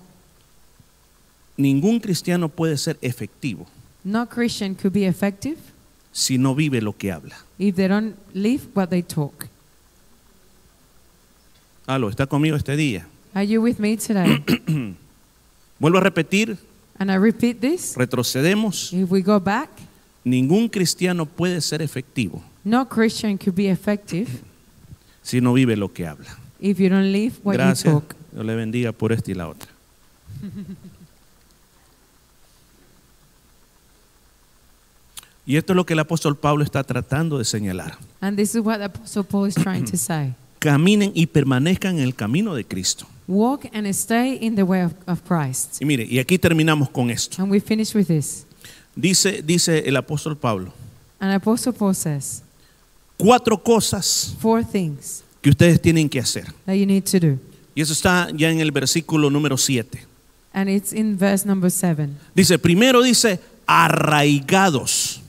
Speaker 1: Ningún cristiano puede ser efectivo
Speaker 2: No Christian could be effective
Speaker 1: si no vive lo que habla.
Speaker 2: if they don't live what they talk.
Speaker 1: Aló, está conmigo este día.
Speaker 2: Are you with me today?
Speaker 1: Vuelvo a repetir,
Speaker 2: and I repeat this.
Speaker 1: retrocedemos.
Speaker 2: If we go back,
Speaker 1: Ningún cristiano puede ser efectivo
Speaker 2: no Christian could be effective
Speaker 1: si no vive lo que habla.
Speaker 2: if you don't live what you
Speaker 1: Gracias.
Speaker 2: talk.
Speaker 1: Dios le bendiga por esta y la otra. Y esto es lo que el apóstol Pablo está tratando de señalar.
Speaker 2: And this is what Apostle Paul is trying to say.
Speaker 1: Caminen y permanezcan en el camino de Cristo.
Speaker 2: Walk and stay in the way of, of Christ.
Speaker 1: Y mire, y aquí terminamos con esto.
Speaker 2: And we finish with this.
Speaker 1: Dice, dice el apóstol Pablo,
Speaker 2: And Apostle Paul says
Speaker 1: cuatro cosas
Speaker 2: four things
Speaker 1: que ustedes tienen que hacer.
Speaker 2: that you need to do.
Speaker 1: Y eso está ya en el versículo número 7.
Speaker 2: And it's in verse number seven.
Speaker 1: Dice, primero dice, arraigados.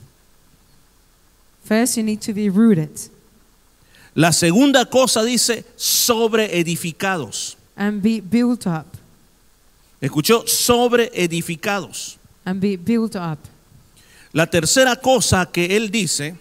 Speaker 2: First, you need to be rooted.
Speaker 1: La segunda cosa dice, sobreedificados.
Speaker 2: and be built up
Speaker 1: Escuchó, sobreedificados.
Speaker 2: and be built up
Speaker 1: La tercera cosa que él dice,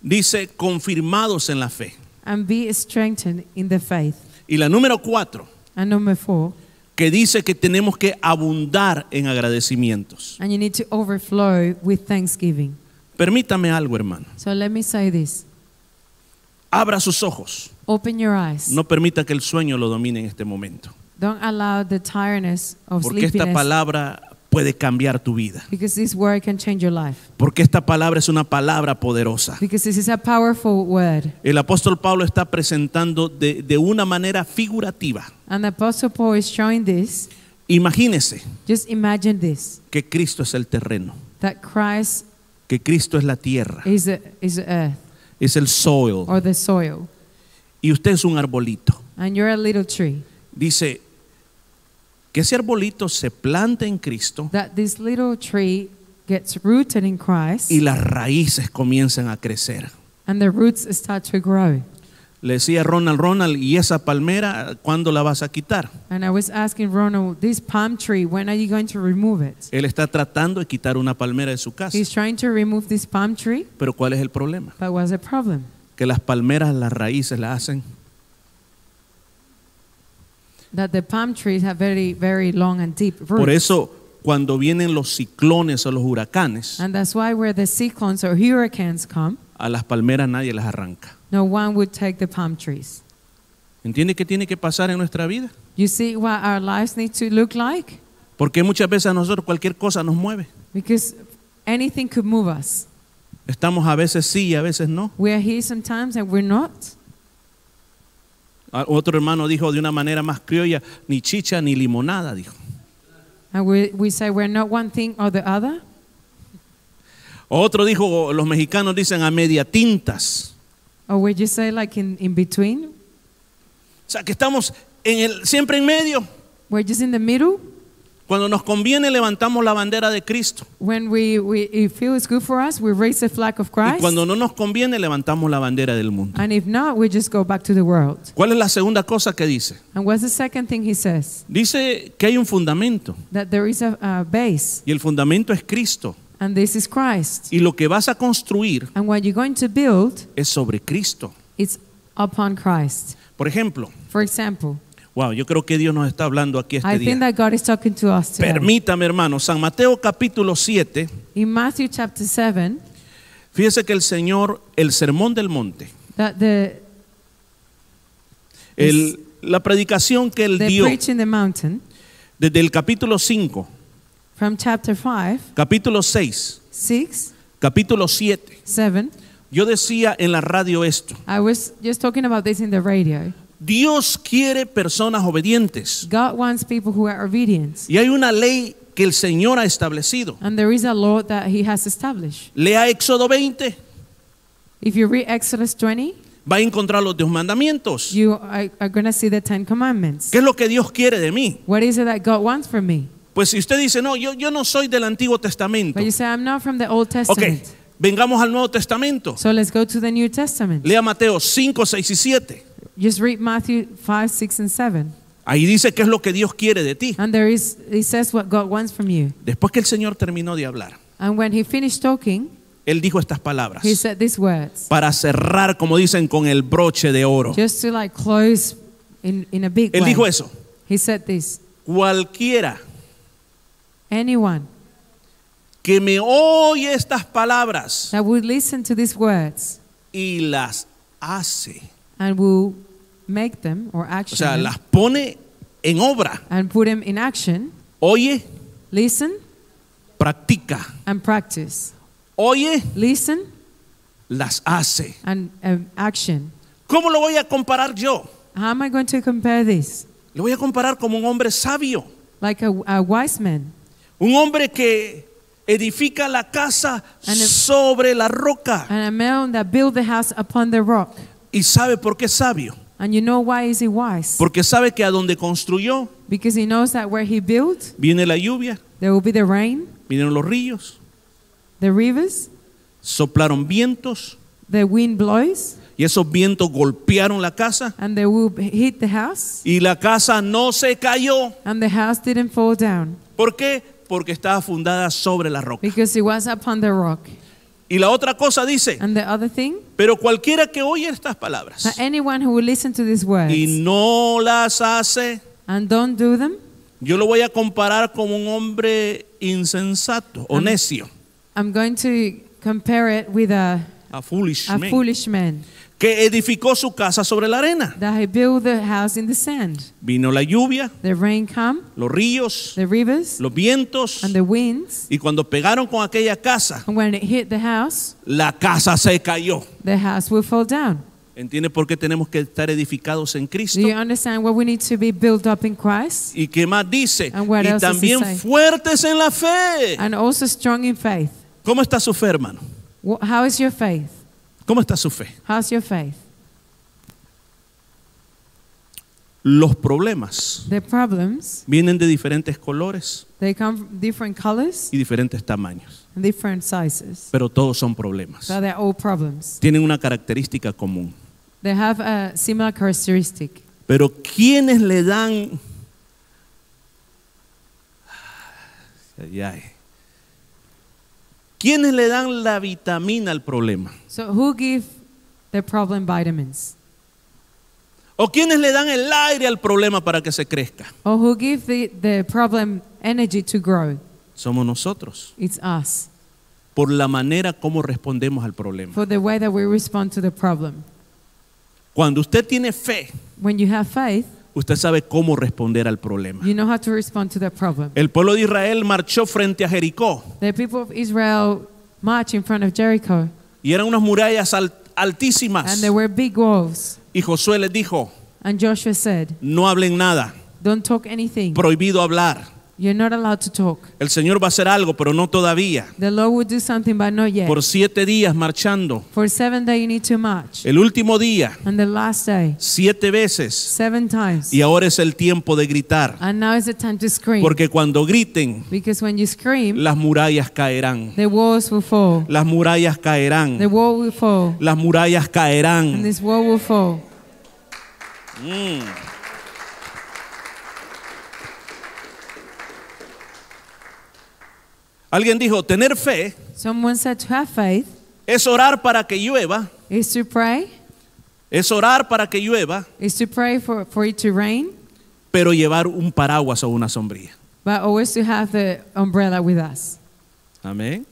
Speaker 1: dice, confirmados en la fe.
Speaker 2: and be strengthened in the faith.
Speaker 1: Y la número cuatro,
Speaker 2: And number four,
Speaker 1: que dice que tenemos que abundar en agradecimientos.
Speaker 2: and you need to overflow with thanksgiving.
Speaker 1: Permítame algo, hermano.
Speaker 2: So let me say this
Speaker 1: Abra sus ojos.
Speaker 2: open your eyes.
Speaker 1: No permita que el sueño lo domine en este momento.
Speaker 2: Don't allow the tiredness of
Speaker 1: Porque esta
Speaker 2: sleepiness
Speaker 1: palabra puede cambiar tu vida.
Speaker 2: because this word can change your life.
Speaker 1: Porque esta palabra es una palabra poderosa.
Speaker 2: Because this is a powerful word.
Speaker 1: El apóstol Pablo está presentando de, de una manera figurativa
Speaker 2: And the Apostle Paul is showing this
Speaker 1: Imagínese
Speaker 2: Just imagine this
Speaker 1: que Cristo es el terreno,
Speaker 2: that Christ
Speaker 1: que Cristo es la tierra,
Speaker 2: is the, is the earth
Speaker 1: es el soil
Speaker 2: or the soil,
Speaker 1: y usted es un arbolito.
Speaker 2: and you're a little tree.
Speaker 1: Dice que ese arbolito se planta en Cristo
Speaker 2: That this little tree gets rooted in Christ,
Speaker 1: y las raíces comienzan a crecer.
Speaker 2: and the roots start to grow.
Speaker 1: Le decía Ronald, Ronald, ¿y esa palmera cuándo la vas a quitar?
Speaker 2: And I was asking Ronald, this palm tree, when are you going to remove it?
Speaker 1: Él está tratando de quitar una palmera de su casa.
Speaker 2: He's trying to remove this palm tree,
Speaker 1: Pero ¿cuál es el problema?
Speaker 2: but what's the problem?
Speaker 1: Que las palmeras, las raíces las hacen
Speaker 2: That the palm trees have very, very long and deep roots.
Speaker 1: Por eso, cuando vienen los ciclones o los huracanes,
Speaker 2: And that's why where the cyclones or hurricanes come,
Speaker 1: a las palmeras nadie las arranca.
Speaker 2: no one would take the palm trees.
Speaker 1: ¿Entiende qué tiene que pasar en nuestra vida?
Speaker 2: You see what our lives need to look like?
Speaker 1: Porque muchas veces a nosotros cualquier cosa nos mueve.
Speaker 2: Because anything could move us.
Speaker 1: Estamos a veces sí y a veces no.
Speaker 2: We're here sometimes and we're not.
Speaker 1: A- Ah, Otro hermano dijo de una manera más criolla, ni chicha ni limonada, dijo.
Speaker 2: And we, we say we're not one thing or the other.
Speaker 1: Otro dijo, los mexicanos dicen a media tintas.
Speaker 2: Or we just say like in, in between.
Speaker 1: O sea, que estamos en el, siempre en medio.
Speaker 2: We're just in the middle.
Speaker 1: Cuando nos conviene levantamos la bandera de Cristo.
Speaker 2: When we, we it feels good for us, we raise the flag of
Speaker 1: Y
Speaker 2: Christ.
Speaker 1: cuando no nos conviene levantamos la bandera del mundo.
Speaker 2: And if not, we just go back to the world.
Speaker 1: ¿Cuál es la segunda cosa que dice?
Speaker 2: And what's the second thing he says?
Speaker 1: Dice que hay un fundamento
Speaker 2: That there is a, a base,
Speaker 1: y el fundamento es Cristo.
Speaker 2: and this is Christ.
Speaker 1: Y lo que vas a construir
Speaker 2: And what you're going to build,
Speaker 1: es sobre Cristo.
Speaker 2: it's upon Christ.
Speaker 1: Por ejemplo,
Speaker 2: For example,
Speaker 1: wow, yo creo que Dios nos está hablando aquí este
Speaker 2: I
Speaker 1: día.
Speaker 2: think that God is talking to us today.
Speaker 1: Permítame, hermano, San Mateo capítulo 7,
Speaker 2: In Matthew chapter 7,
Speaker 1: fíjese que el Señor, el sermón del monte,
Speaker 2: that the,
Speaker 1: el- la predicación que él
Speaker 2: the
Speaker 1: dio
Speaker 2: preach in the mountain,
Speaker 1: desde el capítulo 5,
Speaker 2: from chapter 5,
Speaker 1: capítulo 6,
Speaker 2: 6,
Speaker 1: capítulo 7,
Speaker 2: 7,
Speaker 1: yo decía en la radio esto,
Speaker 2: I was just talking about this in the radio.
Speaker 1: Dios quiere personas obedientes.
Speaker 2: God wants people who are obedient.
Speaker 1: Y hay una ley que el Señor ha establecido.
Speaker 2: And there is a law that he has established.
Speaker 1: Lea Éxodo 20,
Speaker 2: If you read Exodus 20,
Speaker 1: va a encontrar los dos mandamientos.
Speaker 2: you are, are going to see the Ten Commandments.
Speaker 1: ¿Qué es lo que Dios quiere de mí?
Speaker 2: What is it that God wants from me?
Speaker 1: Pues si usted dice, no, yo, yo no soy del Antiguo Testamento.
Speaker 2: But you say, I'm not from the Old
Speaker 1: Ok,
Speaker 2: Testament.
Speaker 1: vengamos al Nuevo Testamento.
Speaker 2: So let's go to the New Testament.
Speaker 1: Lea Mateo 5, 6 y 7.
Speaker 2: Just read Matthew 5, 6, and 7.
Speaker 1: Ahí dice qué es lo que Dios quiere de ti.
Speaker 2: And there is, it says what God wants from you.
Speaker 1: Después que el Señor terminó de hablar,
Speaker 2: And when he finished talking,
Speaker 1: Él dijo estas palabras.
Speaker 2: he said these words,
Speaker 1: Para cerrar, como dicen, con el broche de oro.
Speaker 2: just to like close in, in a big
Speaker 1: Él
Speaker 2: way.
Speaker 1: dijo eso.
Speaker 2: He said this,
Speaker 1: Cualquiera
Speaker 2: anyone
Speaker 1: que me oye estas palabras
Speaker 2: that would listen to these words
Speaker 1: y las hace.
Speaker 2: and will make them or
Speaker 1: O
Speaker 2: action
Speaker 1: sea,
Speaker 2: them
Speaker 1: las pone en obra.
Speaker 2: and put them in action,
Speaker 1: Oye,
Speaker 2: listen
Speaker 1: practica.
Speaker 2: and practice.
Speaker 1: Oye,
Speaker 2: Listen
Speaker 1: las hace.
Speaker 2: and um, action.
Speaker 1: ¿Cómo lo voy a comparar yo?
Speaker 2: How am I going to compare this?
Speaker 1: Lo voy a comparar como un hombre sabio,
Speaker 2: Like a, a wise man
Speaker 1: un hombre que edifica la casa
Speaker 2: And if-
Speaker 1: sobre la roca.
Speaker 2: and a man that built the house upon the rock.
Speaker 1: ¿Y sabe por qué es sabio?
Speaker 2: And you know why is he wise?
Speaker 1: Porque sabe que a donde construyó
Speaker 2: Because he knows that where he built,
Speaker 1: viene la lluvia,
Speaker 2: there will be the rain,
Speaker 1: vinieron los ríos,
Speaker 2: the rivers,
Speaker 1: soplaron vientos
Speaker 2: the wind blows,
Speaker 1: y esos vientos golpearon la casa
Speaker 2: and they will hit the house,
Speaker 1: y la casa no se cayó.
Speaker 2: and the house didn't fall down
Speaker 1: ¿Por qué? Porque estaba fundada sobre la roca.
Speaker 2: because it was upon the rock.
Speaker 1: Y la otra cosa dice,
Speaker 2: And the other thing,
Speaker 1: pero cualquiera que oye estas palabras
Speaker 2: that anyone who will listen to these words
Speaker 1: y no las hace,
Speaker 2: and don't do them,
Speaker 1: yo lo voy a comparar con un hombre insensato o necio,
Speaker 2: I'm going to compare it with a,
Speaker 1: a foolish
Speaker 2: a
Speaker 1: man,
Speaker 2: foolish man
Speaker 1: que edificó su casa sobre la arena.
Speaker 2: that he built the house in the sand.
Speaker 1: Vino la lluvia,
Speaker 2: The rain come,
Speaker 1: los ríos,
Speaker 2: the rivers,
Speaker 1: los vientos,
Speaker 2: and the winds,
Speaker 1: y cuando pegaron con aquella casa,
Speaker 2: and when it hit the house,
Speaker 1: la casa se cayó.
Speaker 2: the house will fall down.
Speaker 1: ¿Entiende por qué tenemos que estar edificados en Cristo?
Speaker 2: Do you understand what we need to be built up in Christ?
Speaker 1: ¿Y qué más dice?
Speaker 2: And what
Speaker 1: Y
Speaker 2: else does it
Speaker 1: también
Speaker 2: say?
Speaker 1: fuertes en la fe.
Speaker 2: And also strong in faith.
Speaker 1: ¿Cómo está su fe, hermano?
Speaker 2: Wh- How is your faith?
Speaker 1: ¿Cómo está su fe?
Speaker 2: How's your faith?
Speaker 1: Los problemas
Speaker 2: The problems,
Speaker 1: vienen de diferentes colores
Speaker 2: they come from different colors
Speaker 1: y diferentes tamaños,
Speaker 2: and different sizes.
Speaker 1: pero todos son problemas.
Speaker 2: So they're all problems.
Speaker 1: Tienen una característica común.
Speaker 2: They have a similar characteristic.
Speaker 1: Pero quienes le dan Ay, ay. ¿Quiénes le dan la vitamina al problema?
Speaker 2: So who give the problem vitamins?
Speaker 1: ¿O quiénes le dan el aire al problema para que se crezca?
Speaker 2: Or who give the, the problem energy to grow?
Speaker 1: Somos nosotros,
Speaker 2: It's us.
Speaker 1: por la manera como respondemos al problema.
Speaker 2: For the way that we respond to the problem.
Speaker 1: Cuando usted tiene fe,
Speaker 2: When you have faith,
Speaker 1: usted sabe cómo responder al problema.
Speaker 2: you know how to respond to the problem.
Speaker 1: El pueblo de Israel marchó frente a Jericó
Speaker 2: The people of Israel marched in front of Jericho,
Speaker 1: y eran unas murallas al- altísimas.
Speaker 2: and there were big walls.
Speaker 1: Y Josué les dijo,
Speaker 2: And Joshua said,
Speaker 1: no hablen nada,
Speaker 2: Don't talk anything.
Speaker 1: prohibido hablar.
Speaker 2: You're not allowed to talk.
Speaker 1: El Señor va a hacer algo, pero no todavía.
Speaker 2: The Lord will do something, but not yet.
Speaker 1: Por siete días marchando.
Speaker 2: For seven days, you need to march.
Speaker 1: El último día,
Speaker 2: And the last day,
Speaker 1: siete veces.
Speaker 2: seven times.
Speaker 1: Y ahora es el tiempo de gritar.
Speaker 2: And now is the time to scream.
Speaker 1: Porque cuando griten,
Speaker 2: Because when you scream,
Speaker 1: las murallas caerán.
Speaker 2: the walls will fall.
Speaker 1: Las murallas
Speaker 2: The
Speaker 1: caerán.
Speaker 2: wall will fall.
Speaker 1: Las murallas
Speaker 2: And
Speaker 1: caerán.
Speaker 2: this wall will fall.
Speaker 1: Alguien dijo, tener fe
Speaker 2: Someone said to have faith
Speaker 1: es orar para que llueva.
Speaker 2: is to pray,
Speaker 1: Es orar para que llueva,
Speaker 2: is to pray for, for it to rain,
Speaker 1: pero llevar un paraguas o una sombrilla.
Speaker 2: but always to have the umbrella with us.
Speaker 1: Amén.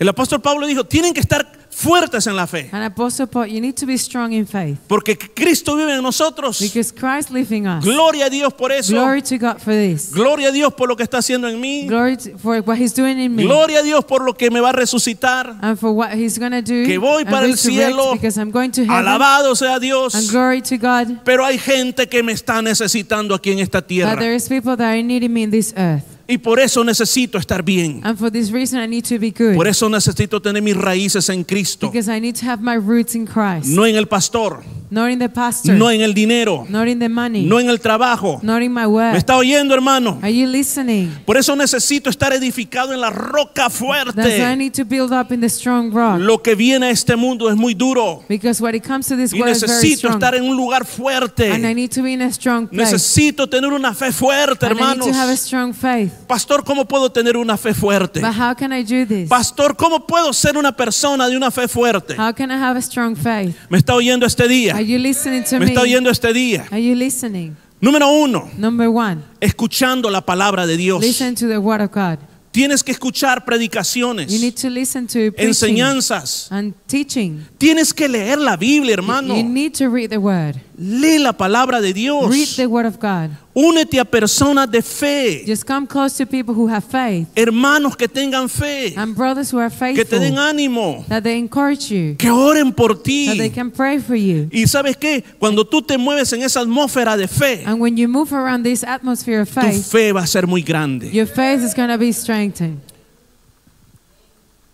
Speaker 1: El apóstol Pablo dijo, tienen que estar fuertes en la fe.
Speaker 2: And Apostle Paul, you need to be strong in faith
Speaker 1: Porque Cristo vive en nosotros.
Speaker 2: because Christ lives in us.
Speaker 1: Gloria a Dios por eso.
Speaker 2: Glory to God for this.
Speaker 1: Gloria a Dios por lo que está haciendo en mí.
Speaker 2: Glory to, for what He's doing in me
Speaker 1: Gloria a Dios por lo que me va a resucitar.
Speaker 2: and for what He's going to do.
Speaker 1: Que voy
Speaker 2: and
Speaker 1: para el
Speaker 2: resurrect
Speaker 1: cielo.
Speaker 2: because I'm going to heaven.
Speaker 1: Alabado sea
Speaker 2: And
Speaker 1: Dios.
Speaker 2: glory to God.
Speaker 1: Pero hay gente que me está necesitando aquí en esta
Speaker 2: But there
Speaker 1: tierra.
Speaker 2: is people that are needing me in this earth,
Speaker 1: Y por eso necesito estar bien.
Speaker 2: and for this reason I need to be good
Speaker 1: Por eso necesito tener mis raíces en Cristo.
Speaker 2: because I need to have my roots in Christ,
Speaker 1: No en el pastor,
Speaker 2: not in the pastor,
Speaker 1: no en el dinero,
Speaker 2: not in the money,
Speaker 1: no en el trabajo.
Speaker 2: not in my
Speaker 1: ¿Me
Speaker 2: work.
Speaker 1: está oyendo, hermano?
Speaker 2: Are you listening?
Speaker 1: Por eso necesito estar edificado en la roca
Speaker 2: That's why I
Speaker 1: fuerte.
Speaker 2: need to build up in the strong rock.
Speaker 1: Lo que viene a este mundo es muy duro.
Speaker 2: Because when it comes to this
Speaker 1: Y
Speaker 2: world, it's very
Speaker 1: necesito
Speaker 2: strong.
Speaker 1: estar en un lugar
Speaker 2: And I
Speaker 1: fuerte.
Speaker 2: need to be in a strong place.
Speaker 1: Necesito tener una fe fuerte,
Speaker 2: And I need to have a
Speaker 1: hermanos.
Speaker 2: strong faith.
Speaker 1: Pastor, ¿cómo puedo tener una fe fuerte?
Speaker 2: But how can I do this?
Speaker 1: Pastor, ¿cómo puedo ser una persona de una fe fuerte?
Speaker 2: How can I have a strong faith?
Speaker 1: ¿Me está oyendo este día?
Speaker 2: Are you listening to
Speaker 1: ¿Me
Speaker 2: me?
Speaker 1: está oyendo este día?
Speaker 2: Are you listening?
Speaker 1: Número uno,
Speaker 2: Number one,
Speaker 1: escuchando la palabra de Dios.
Speaker 2: listen to the word of God.
Speaker 1: Tienes que escuchar
Speaker 2: You
Speaker 1: predicaciones,
Speaker 2: need to listen to preaching
Speaker 1: enseñanzas.
Speaker 2: and teaching.
Speaker 1: Tienes que leer la Biblia, hermano.
Speaker 2: You need to read the word.
Speaker 1: Lee la palabra de
Speaker 2: Read
Speaker 1: Dios.
Speaker 2: the word of God.
Speaker 1: Únete a personas de fe,
Speaker 2: Just come close to people who have faith
Speaker 1: hermanos que tengan fe,
Speaker 2: and brothers who are
Speaker 1: que te den
Speaker 2: faithful.
Speaker 1: ánimo,
Speaker 2: That they encourage you.
Speaker 1: que oren por
Speaker 2: That
Speaker 1: ti.
Speaker 2: they can pray for you.
Speaker 1: Y sabes qué, cuando tú te mueves en esa atmósfera de fe,
Speaker 2: And when you move around this atmosphere of
Speaker 1: tu
Speaker 2: faith,
Speaker 1: fe va a ser muy grande.
Speaker 2: Your faith is going to be strengthened.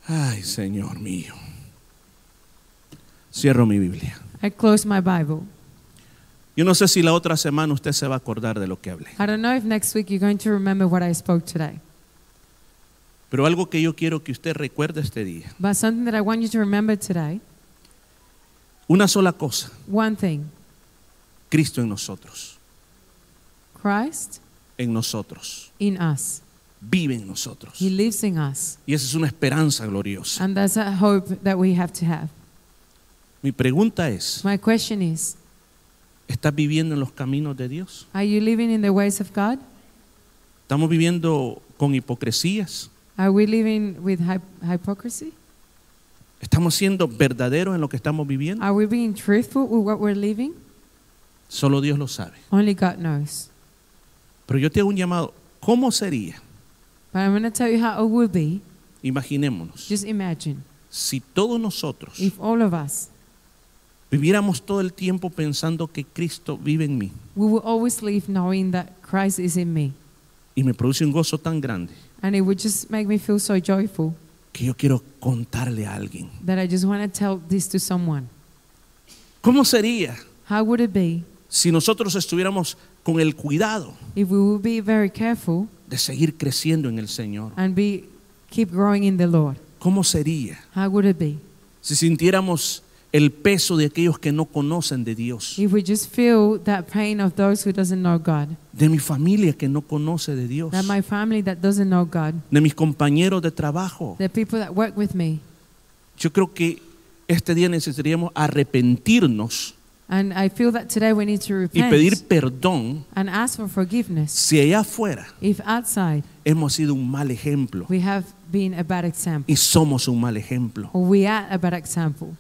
Speaker 1: Ay, Señor mío. Cierro mi Biblia.
Speaker 2: I close my Bible.
Speaker 1: Yo no sé si la otra semana usted se va a acordar de lo que hablé,
Speaker 2: I don't know if next week you're going to remember what I spoke today,
Speaker 1: pero algo que yo quiero que usted recuerde este día,
Speaker 2: but something that I want you to remember today
Speaker 1: una sola cosa,
Speaker 2: one thing
Speaker 1: Cristo en nosotros,
Speaker 2: Christ
Speaker 1: en nosotros,
Speaker 2: in us,
Speaker 1: vive en nosotros.
Speaker 2: He lives in us.
Speaker 1: Y esa es una esperanza gloriosa.
Speaker 2: And that's a hope that we have to have.
Speaker 1: Mi pregunta es,
Speaker 2: My question is
Speaker 1: ¿estás viviendo en los caminos de Dios?
Speaker 2: Are you living in the ways of God?
Speaker 1: ¿Estamos viviendo con hipocresías?
Speaker 2: Are we living with hy- hypocrisy?
Speaker 1: ¿Estamos siendo verdaderos en lo que estamos viviendo?
Speaker 2: Are we being truthful with what we're living?
Speaker 1: Solo Dios lo sabe.
Speaker 2: Only God knows.
Speaker 1: Pero yo te hago un llamado. ¿Cómo sería?
Speaker 2: But I'm going to tell you how it would be.
Speaker 1: Imaginémonos.
Speaker 2: Just imagine
Speaker 1: Si todos nosotros
Speaker 2: if all of us
Speaker 1: viviéramos todo el tiempo pensando que Cristo vive en mí
Speaker 2: we will always live knowing that Christ is in me.
Speaker 1: y me produce un gozo tan grande
Speaker 2: And it would just make me feel so joyful
Speaker 1: que yo quiero contarle a alguien.
Speaker 2: that I just want to tell this to someone.
Speaker 1: ¿Cómo sería
Speaker 2: How would it be
Speaker 1: si nosotros estuviéramos con el cuidado
Speaker 2: if we would be very careful
Speaker 1: de seguir creciendo en el Señor?
Speaker 2: and be keep growing in the Lord?
Speaker 1: ¿Cómo sería
Speaker 2: How would it be
Speaker 1: si sintiéramos el peso de aquellos que no conocen de Dios,
Speaker 2: if we just feel that pain of those who doesn't know God,
Speaker 1: de mi familia que no conoce de Dios,
Speaker 2: that my family that doesn't know God,
Speaker 1: de mis compañeros de trabajo?
Speaker 2: the people that work with me,
Speaker 1: Yo creo que este día necesitaríamos arrepentirnos
Speaker 2: and I feel that today we need to
Speaker 1: y
Speaker 2: repent
Speaker 1: pedir perdón
Speaker 2: and ask for forgiveness
Speaker 1: si allá afuera
Speaker 2: if outside
Speaker 1: hemos sido un mal ejemplo
Speaker 2: we have been a bad example
Speaker 1: y somos un mal ejemplo.
Speaker 2: or we are a bad example.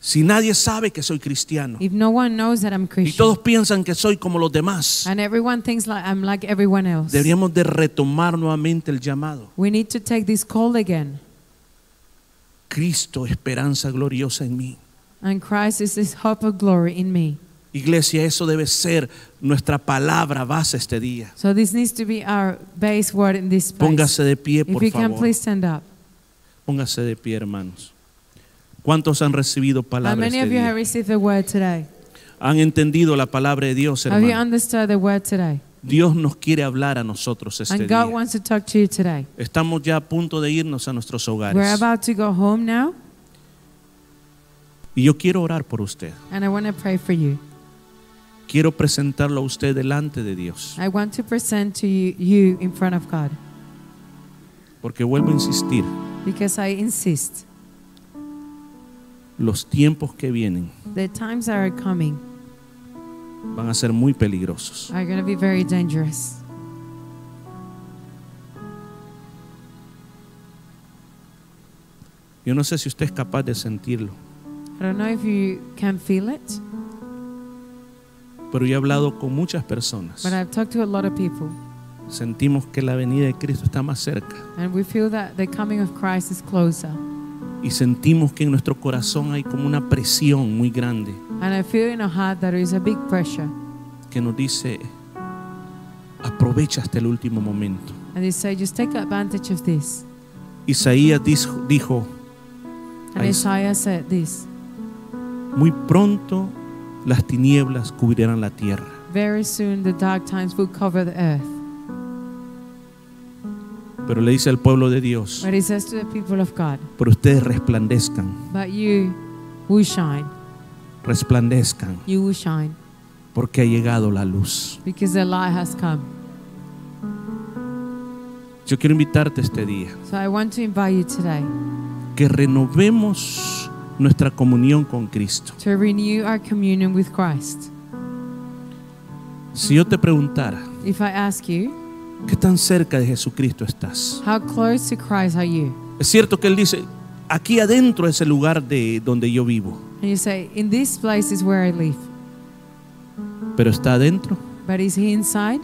Speaker 1: Si nadie sabe que soy cristiano
Speaker 2: If no one knows that I'm
Speaker 1: y
Speaker 2: Christian
Speaker 1: todos piensan que soy como los demás,
Speaker 2: and everyone thinks like I'm like everyone else,
Speaker 1: deberíamos de retomar nuevamente el llamado.
Speaker 2: we need to take this call again.
Speaker 1: Cristo, esperanza gloriosa en mí.
Speaker 2: And Christ is this hope of glory in me.
Speaker 1: Iglesia, eso debe ser nuestra palabra base este día.
Speaker 2: So this needs to be our base word in this place.
Speaker 1: Póngase de pie,
Speaker 2: if
Speaker 1: por
Speaker 2: you can,
Speaker 1: favor.
Speaker 2: please stand up.
Speaker 1: Póngase de pie, hermanos. ¿Cuántos han recibido
Speaker 2: How
Speaker 1: palabra
Speaker 2: many
Speaker 1: este
Speaker 2: of you
Speaker 1: día?
Speaker 2: have received the word today?
Speaker 1: Han entendido la palabra de Dios,
Speaker 2: Have you
Speaker 1: hermano.
Speaker 2: understood the word today?
Speaker 1: Dios nos quiere hablar a nosotros este
Speaker 2: And God
Speaker 1: día.
Speaker 2: wants to talk to you today.
Speaker 1: Estamos ya a punto de irnos a nuestros
Speaker 2: We're
Speaker 1: hogares.
Speaker 2: about to go home now,
Speaker 1: Y yo quiero orar por usted.
Speaker 2: and I want to pray for you.
Speaker 1: Quiero presentarlo a usted delante de Dios.
Speaker 2: I want to present to you, you in front of God
Speaker 1: Porque vuelvo a insistir,
Speaker 2: because I insist.
Speaker 1: los tiempos que vienen
Speaker 2: The times that are coming
Speaker 1: van a ser muy peligrosos.
Speaker 2: are going to be very dangerous.
Speaker 1: Yo no sé si usted es capaz de sentirlo,
Speaker 2: I don't know if you can feel it,
Speaker 1: pero yo he hablado con muchas personas.
Speaker 2: but I've talked to a lot of people,
Speaker 1: Sentimos que la venida de Cristo está más cerca
Speaker 2: and we feel that the coming of Christ is closer.
Speaker 1: y sentimos que en nuestro corazón hay como una presión muy grande
Speaker 2: And I feel in our heart that there is a big pressure.
Speaker 1: que nos dice, aprovecha hasta el último momento.
Speaker 2: And they say, just take advantage of this.
Speaker 1: Isaías dijo, dijo,
Speaker 2: And
Speaker 1: Ahí-
Speaker 2: Isaiah said this
Speaker 1: muy pronto las tinieblas cubrirán la tierra.
Speaker 2: Very soon the dark times will cover the earth.
Speaker 1: Pero le dice al pueblo de Dios,
Speaker 2: But he says to the people of God,
Speaker 1: pero ustedes resplandezcan,
Speaker 2: But you will shine,
Speaker 1: resplandezcan,
Speaker 2: you will shine,
Speaker 1: porque ha llegado la luz.
Speaker 2: because the light has come.
Speaker 1: Yo quiero invitarte este día,
Speaker 2: So I want to invite you today
Speaker 1: que renovemos nuestra comunión con Cristo.
Speaker 2: to renew our communion with Christ.
Speaker 1: Si yo te preguntara,
Speaker 2: If I ask you,
Speaker 1: ¿qué tan cerca de Jesucristo estás?
Speaker 2: How close to Christ are you?
Speaker 1: Es cierto que Él dice, aquí adentro es el lugar de donde yo vivo,
Speaker 2: And you say, In this place is where I live.
Speaker 1: pero ¿está adentro
Speaker 2: But is he inside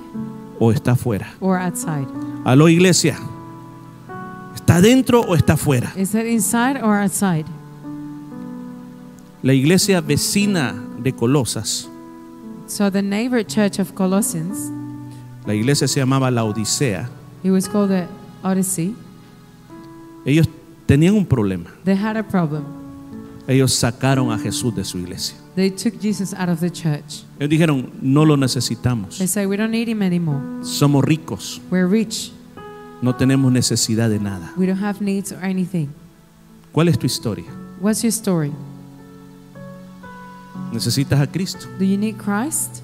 Speaker 1: o está afuera?
Speaker 2: or outside?
Speaker 1: Aló iglesia, ¿está adentro o está afuera?
Speaker 2: Is it inside or outside?
Speaker 1: La iglesia vecina de Colosas,
Speaker 2: So the neighbor church of Colossians,
Speaker 1: la iglesia se llamaba la Odisea,
Speaker 2: it was called the Odyssey,
Speaker 1: ellos tenían un problema.
Speaker 2: they had a problem.
Speaker 1: Ellos sacaron a Jesús de su iglesia.
Speaker 2: They took Jesus out of the church.
Speaker 1: Ellos dijeron, no lo necesitamos.
Speaker 2: They say, We don't need him anymore.
Speaker 1: Somos ricos,
Speaker 2: We're rich.
Speaker 1: no tenemos necesidad de nada.
Speaker 2: We don't have needs or anything.
Speaker 1: ¿Cuál es tu historia?
Speaker 2: What's your story?
Speaker 1: ¿Necesitas a Cristo?
Speaker 2: Do you need Christ?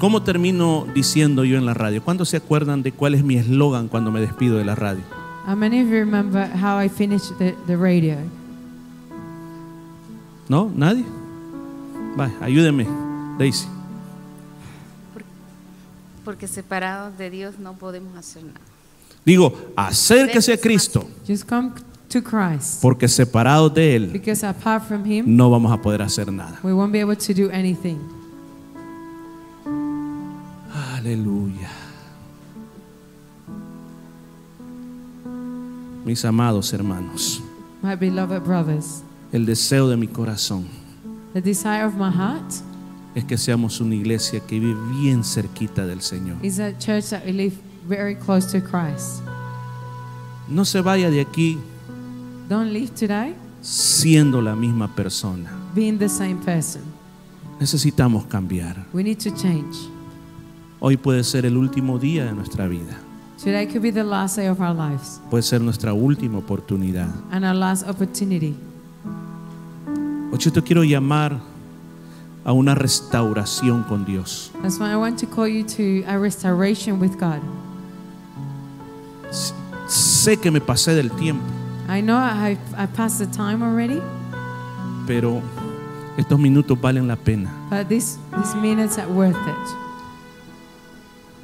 Speaker 1: ¿Cómo termino diciendo yo en la radio? ¿Cuándo se acuerdan de cuál es mi eslogan cuando me despido de la radio?
Speaker 2: How many of you remember how I finished the, the radio?
Speaker 1: ¿No? ¿Nadie? Va, ayúdeme, Daisy.
Speaker 3: Porque separados de Dios no podemos hacer nada.
Speaker 1: Digo, acérquese a Cristo,
Speaker 2: Just come to Christ.
Speaker 1: porque separados de Él
Speaker 2: Because apart from him,
Speaker 1: no vamos a poder hacer nada.
Speaker 2: we won't be able to do anything.
Speaker 1: Aleluya. Mis amados hermanos,
Speaker 2: My beloved brothers,
Speaker 1: El deseo de mi corazón
Speaker 2: The desire of my heart
Speaker 1: es que seamos una iglesia que vive bien cerquita del Señor.
Speaker 2: is a church that we live very close to Christ.
Speaker 1: No se vaya de aquí
Speaker 2: Don't leave today
Speaker 1: siendo la misma persona.
Speaker 2: being the same person.
Speaker 1: Necesitamos cambiar.
Speaker 2: We need to change.
Speaker 1: Hoy puede ser el último día de nuestra vida.
Speaker 2: Today could be the last day of our lives
Speaker 1: Puede ser nuestra última oportunidad.
Speaker 2: and our last opportunity.
Speaker 1: Hoy yo te quiero llamar a una restauración con Dios.
Speaker 2: That's why I want to call you to a restoration with God.
Speaker 1: Sé que me pasé del tiempo,
Speaker 2: I know I, I passed the time already,
Speaker 1: pero estos minutos valen la pena.
Speaker 2: but these, these minutes are worth it.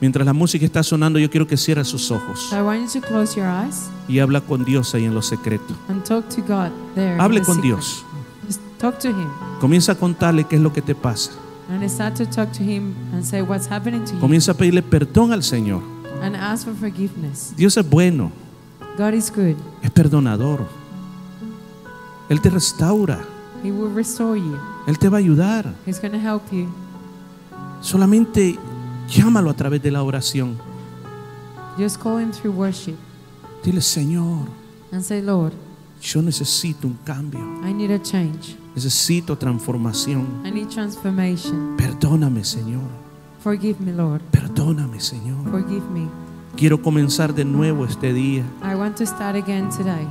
Speaker 1: Mientras la música está sonando, yo quiero que cierres sus ojos
Speaker 2: So I want you to close your eyes
Speaker 1: y habla con Dios ahí en lo secreto.
Speaker 2: and talk to God there. in
Speaker 1: Hable
Speaker 2: the
Speaker 1: con
Speaker 2: secret.
Speaker 1: Dios.
Speaker 2: Just talk to Him
Speaker 1: Comienza a contarle qué es lo que te pasa.
Speaker 2: and start to talk to Him and say what's happening to you
Speaker 1: Comienza a pedirle perdón al Señor.
Speaker 2: and ask for forgiveness.
Speaker 1: Dios es bueno,
Speaker 2: God is good.
Speaker 1: es perdonador. Él te restaura,
Speaker 2: He will restore you.
Speaker 1: Él te va a ayudar.
Speaker 2: He's going to help you.
Speaker 1: Solamente llámalo a través de la oración.
Speaker 2: Just call Him through worship
Speaker 1: Dile, Señor,
Speaker 2: and say, Lord,
Speaker 1: yo necesito un cambio,
Speaker 2: I need a change.
Speaker 1: necesito transformación.
Speaker 2: I need transformation.
Speaker 1: Perdóname, Señor.
Speaker 2: Forgive me, Lord.
Speaker 1: Perdóname, Señor.
Speaker 2: Forgive me.
Speaker 1: Quiero comenzar de nuevo este día.
Speaker 2: I want to start again today.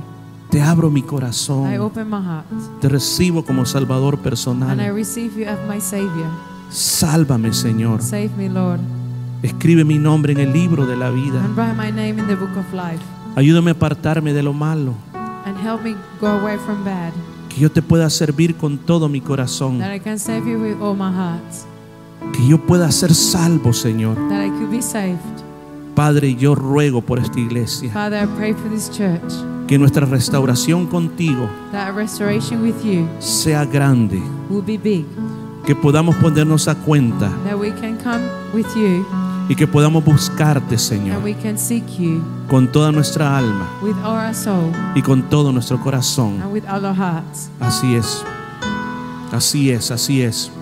Speaker 1: Te abro mi
Speaker 2: I
Speaker 1: corazón.
Speaker 2: open my heart
Speaker 1: Te recibo como Salvador
Speaker 2: and I
Speaker 1: personal.
Speaker 2: receive you as my Savior.
Speaker 1: Sálvame, Señor.
Speaker 2: Save me, Lord,
Speaker 1: Escribe mi nombre en el libro de la vida.
Speaker 2: and write my name in the book of life.
Speaker 1: Ayúdame a apartarme de lo malo.
Speaker 2: And help me go away from bad,
Speaker 1: Que yo te pueda servir con todo mi corazón.
Speaker 2: that I can save you with all my heart,
Speaker 1: Que yo pueda ser salvo, Señor.
Speaker 2: that I could be saved.
Speaker 1: Padre, yo ruego por esta iglesia.
Speaker 2: Father, I pray for this church,
Speaker 1: Que nuestra restauración contigo
Speaker 2: that our restoration with you
Speaker 1: sea grande.
Speaker 2: will be big,
Speaker 1: Que podamos ponernos a cuenta
Speaker 2: that we can come with you
Speaker 1: y que podamos buscarte,
Speaker 2: and
Speaker 1: Señor,
Speaker 2: we can seek you
Speaker 1: con toda nuestra alma
Speaker 2: with all our soul
Speaker 1: y con todo nuestro corazón.
Speaker 2: and with all our hearts.
Speaker 1: Así es. Así es, así es.